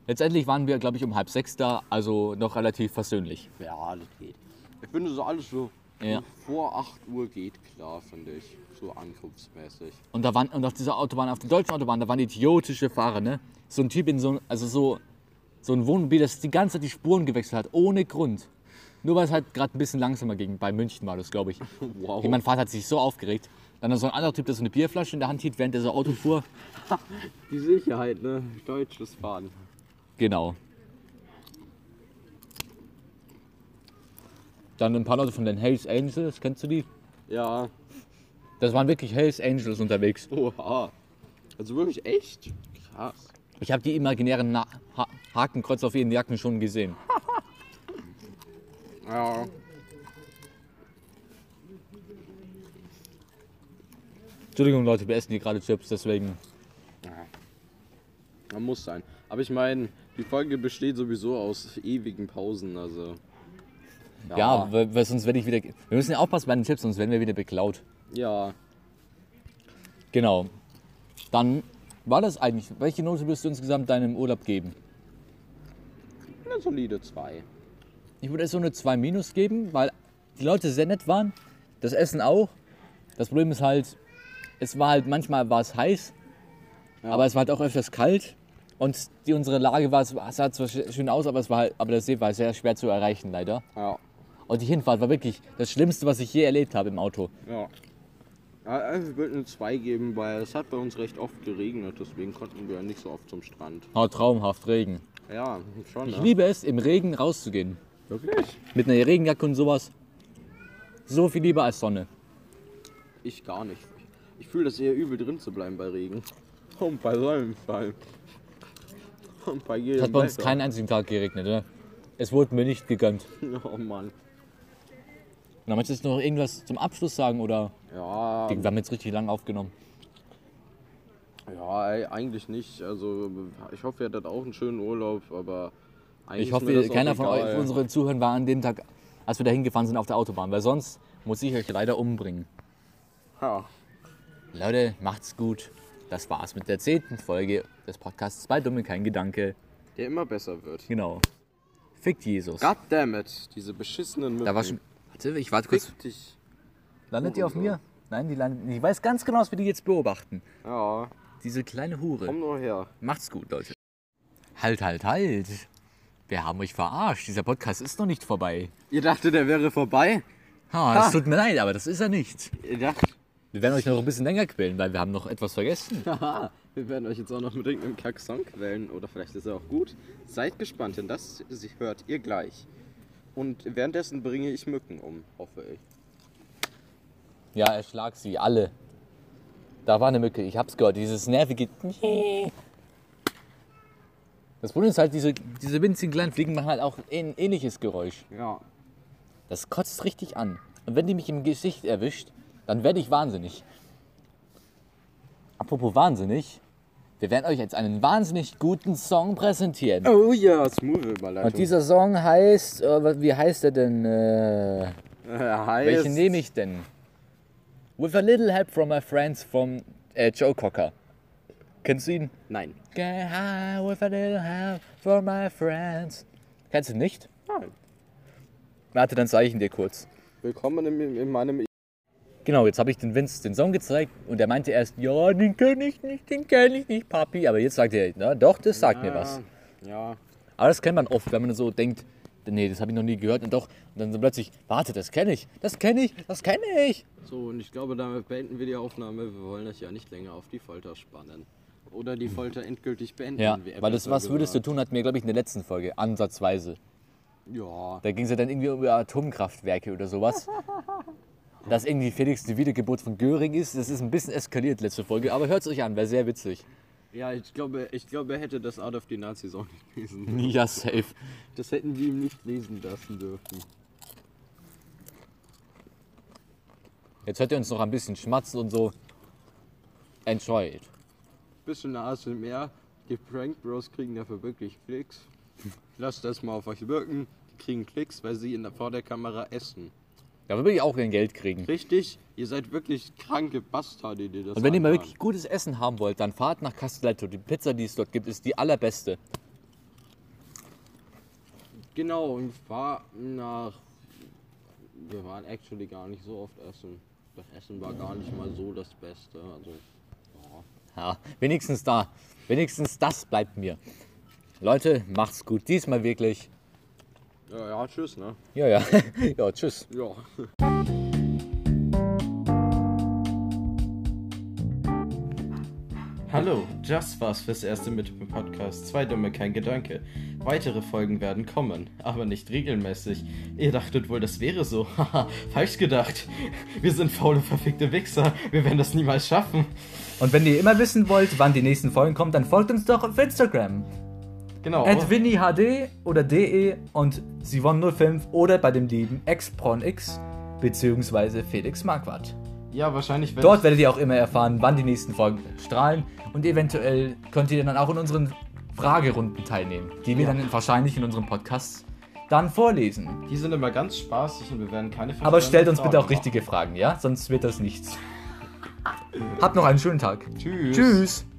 S3: Letztendlich waren wir, glaube ich, um halb sechs da, also noch relativ versöhnlich.
S4: Ja, das geht. Ich finde so alles so
S3: Ja.
S4: vor 8 Uhr geht klar, finde ich. So ankunftsmäßig.
S3: Und da waren und auf dieser Autobahn, auf der deutschen Autobahn, da waren idiotische Fahrer, ne? So ein Typ in so also so so ein Wohnmobil, das die ganze Zeit die Spuren gewechselt hat, ohne Grund. Nur weil es halt gerade ein bisschen langsamer ging. Bei München war das, glaube ich.
S4: Wow.
S3: Jemand Vater hat sich so aufgeregt. Dann so ein anderer Typ, der so eine Bierflasche in der Hand hielt, während er so Auto fuhr.
S4: Die Sicherheit, ne? Deutsches Fahren.
S3: Genau. Dann ein paar Leute von den Hells Angels, kennst du die?
S4: Ja.
S3: Das waren wirklich Hells Angels unterwegs.
S4: Oha. Also wirklich echt? Krass.
S3: Ich habe die imaginären Na ha Hakenkreuze auf ihren Jacken schon gesehen.
S4: Ja.
S3: Entschuldigung Leute, wir essen hier gerade Chips, deswegen.
S4: Man muss sein. Aber ich meine, die Folge besteht sowieso aus ewigen Pausen, also.
S3: Ja,
S4: Ah.
S3: weil, weil sonst werde ich wieder. Wir müssen ja aufpassen bei den Chips, sonst werden wir wieder beklaut.
S4: Ja.
S3: Genau. Dann war das eigentlich. Welche Note würdest du insgesamt deinem Urlaub geben?
S4: Eine solide 2.
S3: Ich würde es so eine 2 minus geben, weil die Leute sehr nett waren, das Essen auch. Das Problem ist halt, es war halt manchmal war es heiß, aber es war halt auch öfters kalt Und die, unsere Lage war, es war- sah zwar sch- schön aus, aber, es war halt, aber der See war sehr schwer zu erreichen, leider.
S4: Ja.
S3: Und die Hinfahrt war wirklich das Schlimmste, was ich je erlebt habe im Auto.
S4: Ja. Ja, Also ich würde eine 2 geben, weil es hat bei uns recht oft geregnet, deswegen konnten wir nicht so oft zum Strand.
S3: Oh, traumhaft, Regen.
S4: Ja, schon.
S3: Ich
S4: ne?
S3: liebe es, im Regen rauszugehen.
S4: Wirklich?
S3: Mit einer Regenjacke und sowas. So viel lieber als Sonne.
S4: Ich gar nicht. Ich fühle das eher übel drin zu bleiben bei Regen. Und bei Sonnenfall. Und bei jedem
S3: Es hat bei uns
S4: Wetter.
S3: keinen einzigen Tag geregnet, ne? Es wurde mir nicht gegönnt.
S4: Oh Mann.
S3: Na, Genau, möchtest du noch irgendwas zum Abschluss sagen oder?
S4: Ja,
S3: Wir haben jetzt richtig lang aufgenommen.
S4: ja, ey, eigentlich nicht. Also ich hoffe, ihr hattet auch einen schönen Urlaub, aber
S3: Ich
S4: eigentlich ist mir
S3: hoffe,
S4: das auch
S3: keiner von
S4: egal.
S3: euch, unseren Zuhörern war an dem Tag, als wir da hingefahren sind, auf der Autobahn, weil sonst muss ich euch leider umbringen.
S4: Ja.
S3: Leute, macht's gut. Das war's mit der zehnten Folge des Podcasts Zwei Dumme, kein Gedanke.
S4: Der immer besser wird.
S3: Genau. Fickt Jesus.
S4: God damn it, diese beschissenen Mücken.
S3: Da war schon. Warte, ich warte kurz.
S4: Fick dich.
S3: Landet die auf mir? Nein, die landet. Ich weiß ganz genau, was wir die jetzt beobachten.
S4: Ja,
S3: Diese kleine Hure.
S4: komm nur her.
S3: Macht's gut, Leute. Halt, halt, halt. Wir haben euch verarscht. Dieser Podcast ist noch nicht vorbei.
S4: Ihr dachtet, der wäre vorbei?
S3: Ha, Ah, es tut mir leid, aber das ist er nicht.
S4: Ihr dachtet,
S3: Wir werden euch noch ein bisschen länger quälen, weil wir haben noch etwas vergessen.
S4: haha, wir werden euch jetzt auch noch mit irgendeinem Kack-Song quälen. Oder vielleicht ist er auch gut. Seid gespannt, denn das sie- hört ihr gleich. Und währenddessen bringe ich Mücken um, hoffe ich.
S3: Ja, erschlag sie, alle. Da war eine Mücke, ich hab's gehört, dieses nervige. Das Problem ist halt, diese, diese winzigen kleinen Fliegen machen halt auch ein ähnliches Geräusch.
S4: Ja.
S3: Das kotzt richtig an. Und wenn die mich im Gesicht erwischt, dann werde ich wahnsinnig. Apropos wahnsinnig, wir werden euch jetzt einen wahnsinnig guten Song präsentieren.
S4: Oh ja, smooth Überleitung.
S3: Und dieser Song heißt, äh, wa- wie heißt er denn? Äh,
S4: äh, heißt,
S3: welchen nehme ich denn? With a little help from my friends from äh, Joe Cocker. Kennst du ihn?
S4: Nein.
S3: Get high with a little help from my friends. Kennst du ihn nicht?
S4: Nein.
S3: Warte, dann zeige ich ihn dir kurz.
S4: Willkommen in, in meinem...
S3: Genau, jetzt habe ich den Vince den Song gezeigt und er meinte erst, ja, den kenne ich nicht, den kenne ich nicht, Papi. Aber jetzt sagt er, na doch, das sagt mir was.
S4: Ja.
S3: Aber das kennt man oft, wenn man so denkt, nee, das habe ich noch nie gehört und doch, und dann so plötzlich, warte, das kenne ich, das kenne ich, das kenne ich.
S4: So, und ich glaube, damit beenden wir die Aufnahme. Wir wollen euch ja nicht länger auf die Folter spannen. Oder die Folter endgültig beenden.
S3: Ja,
S4: wie
S3: weil
S4: Apple
S3: das was
S4: so
S3: würdest du
S4: gesagt.
S3: tun, hatten wir, glaube ich, in der letzten Folge, ansatzweise.
S4: Ja.
S3: Da ging es ja dann irgendwie um Atomkraftwerke oder sowas. Dass irgendwie Felix die Wiedergeburt von Göring ist, das ist ein bisschen eskaliert letzte Folge, aber hört es euch an, wäre sehr witzig.
S4: Ja, ich glaube, ich glaube, er hätte das Out of the Nazis auch nicht lesen dürfen.
S3: Ja, safe.
S4: Das hätten wir ihm nicht lesen lassen dürfen.
S3: Jetzt hört ihr uns noch ein bisschen schmatzen und so. Enjoy it.
S4: Bisschen ASMR. Die Prank Bros kriegen dafür wirklich Klicks. Lasst das mal auf euch wirken. Die kriegen Klicks, weil sie in der, vor der Kamera essen.
S3: Dafür will ich auch kein Geld kriegen. Also
S4: Richtig? Ihr seid wirklich kranke Bastarde, die das
S3: Und wenn ihr mal
S4: anhören.
S3: wirklich gutes Essen haben wollt, dann fahrt nach Castelletto. Die Pizza, die es dort gibt, ist die allerbeste.
S4: Genau, und fahr nach. Wir waren actually gar nicht so oft essen. Das Essen war gar nicht mal so das Beste. Also,
S3: Ja, wenigstens da. Wenigstens das bleibt mir. Leute, macht's gut. Diesmal wirklich.
S4: ja, ja tschüss, ne?
S3: Ja, ja. Ja, tschüss.
S4: Ja.
S5: Hallo, das war's fürs erste mit dem Podcast. Zwei Dumme, kein Gedanke. Weitere Folgen werden kommen, aber nicht regelmäßig. Ihr dachtet wohl, das wäre so. Haha, falsch gedacht. Wir sind faule, verfickte Wichser. Wir werden das niemals schaffen.
S3: Und wenn ihr immer wissen wollt, wann die nächsten Folgen kommen, dann folgt uns doch auf Instagram.
S5: Genau.
S3: WinnieHD oder DE und Sivon05 oder bei dem lieben Expronx bzw. Felix Marquardt.
S5: ja, wahrscheinlich wenn
S3: Dort werdet ihr auch immer erfahren, wann die nächsten Folgen strahlen und eventuell könnt ihr dann auch in unseren Fragerunden teilnehmen, die wir dann wahrscheinlich in unserem Podcast dann vorlesen.
S5: Die sind immer ganz spaßig und wir werden keine
S3: Aber
S5: verdammten
S3: stellt uns bitte
S5: Fragen
S3: auch richtige Fragen, ja? Sonst wird das nichts. Habt noch einen schönen Tag.
S5: machen. Tschüss.
S3: Tschüss.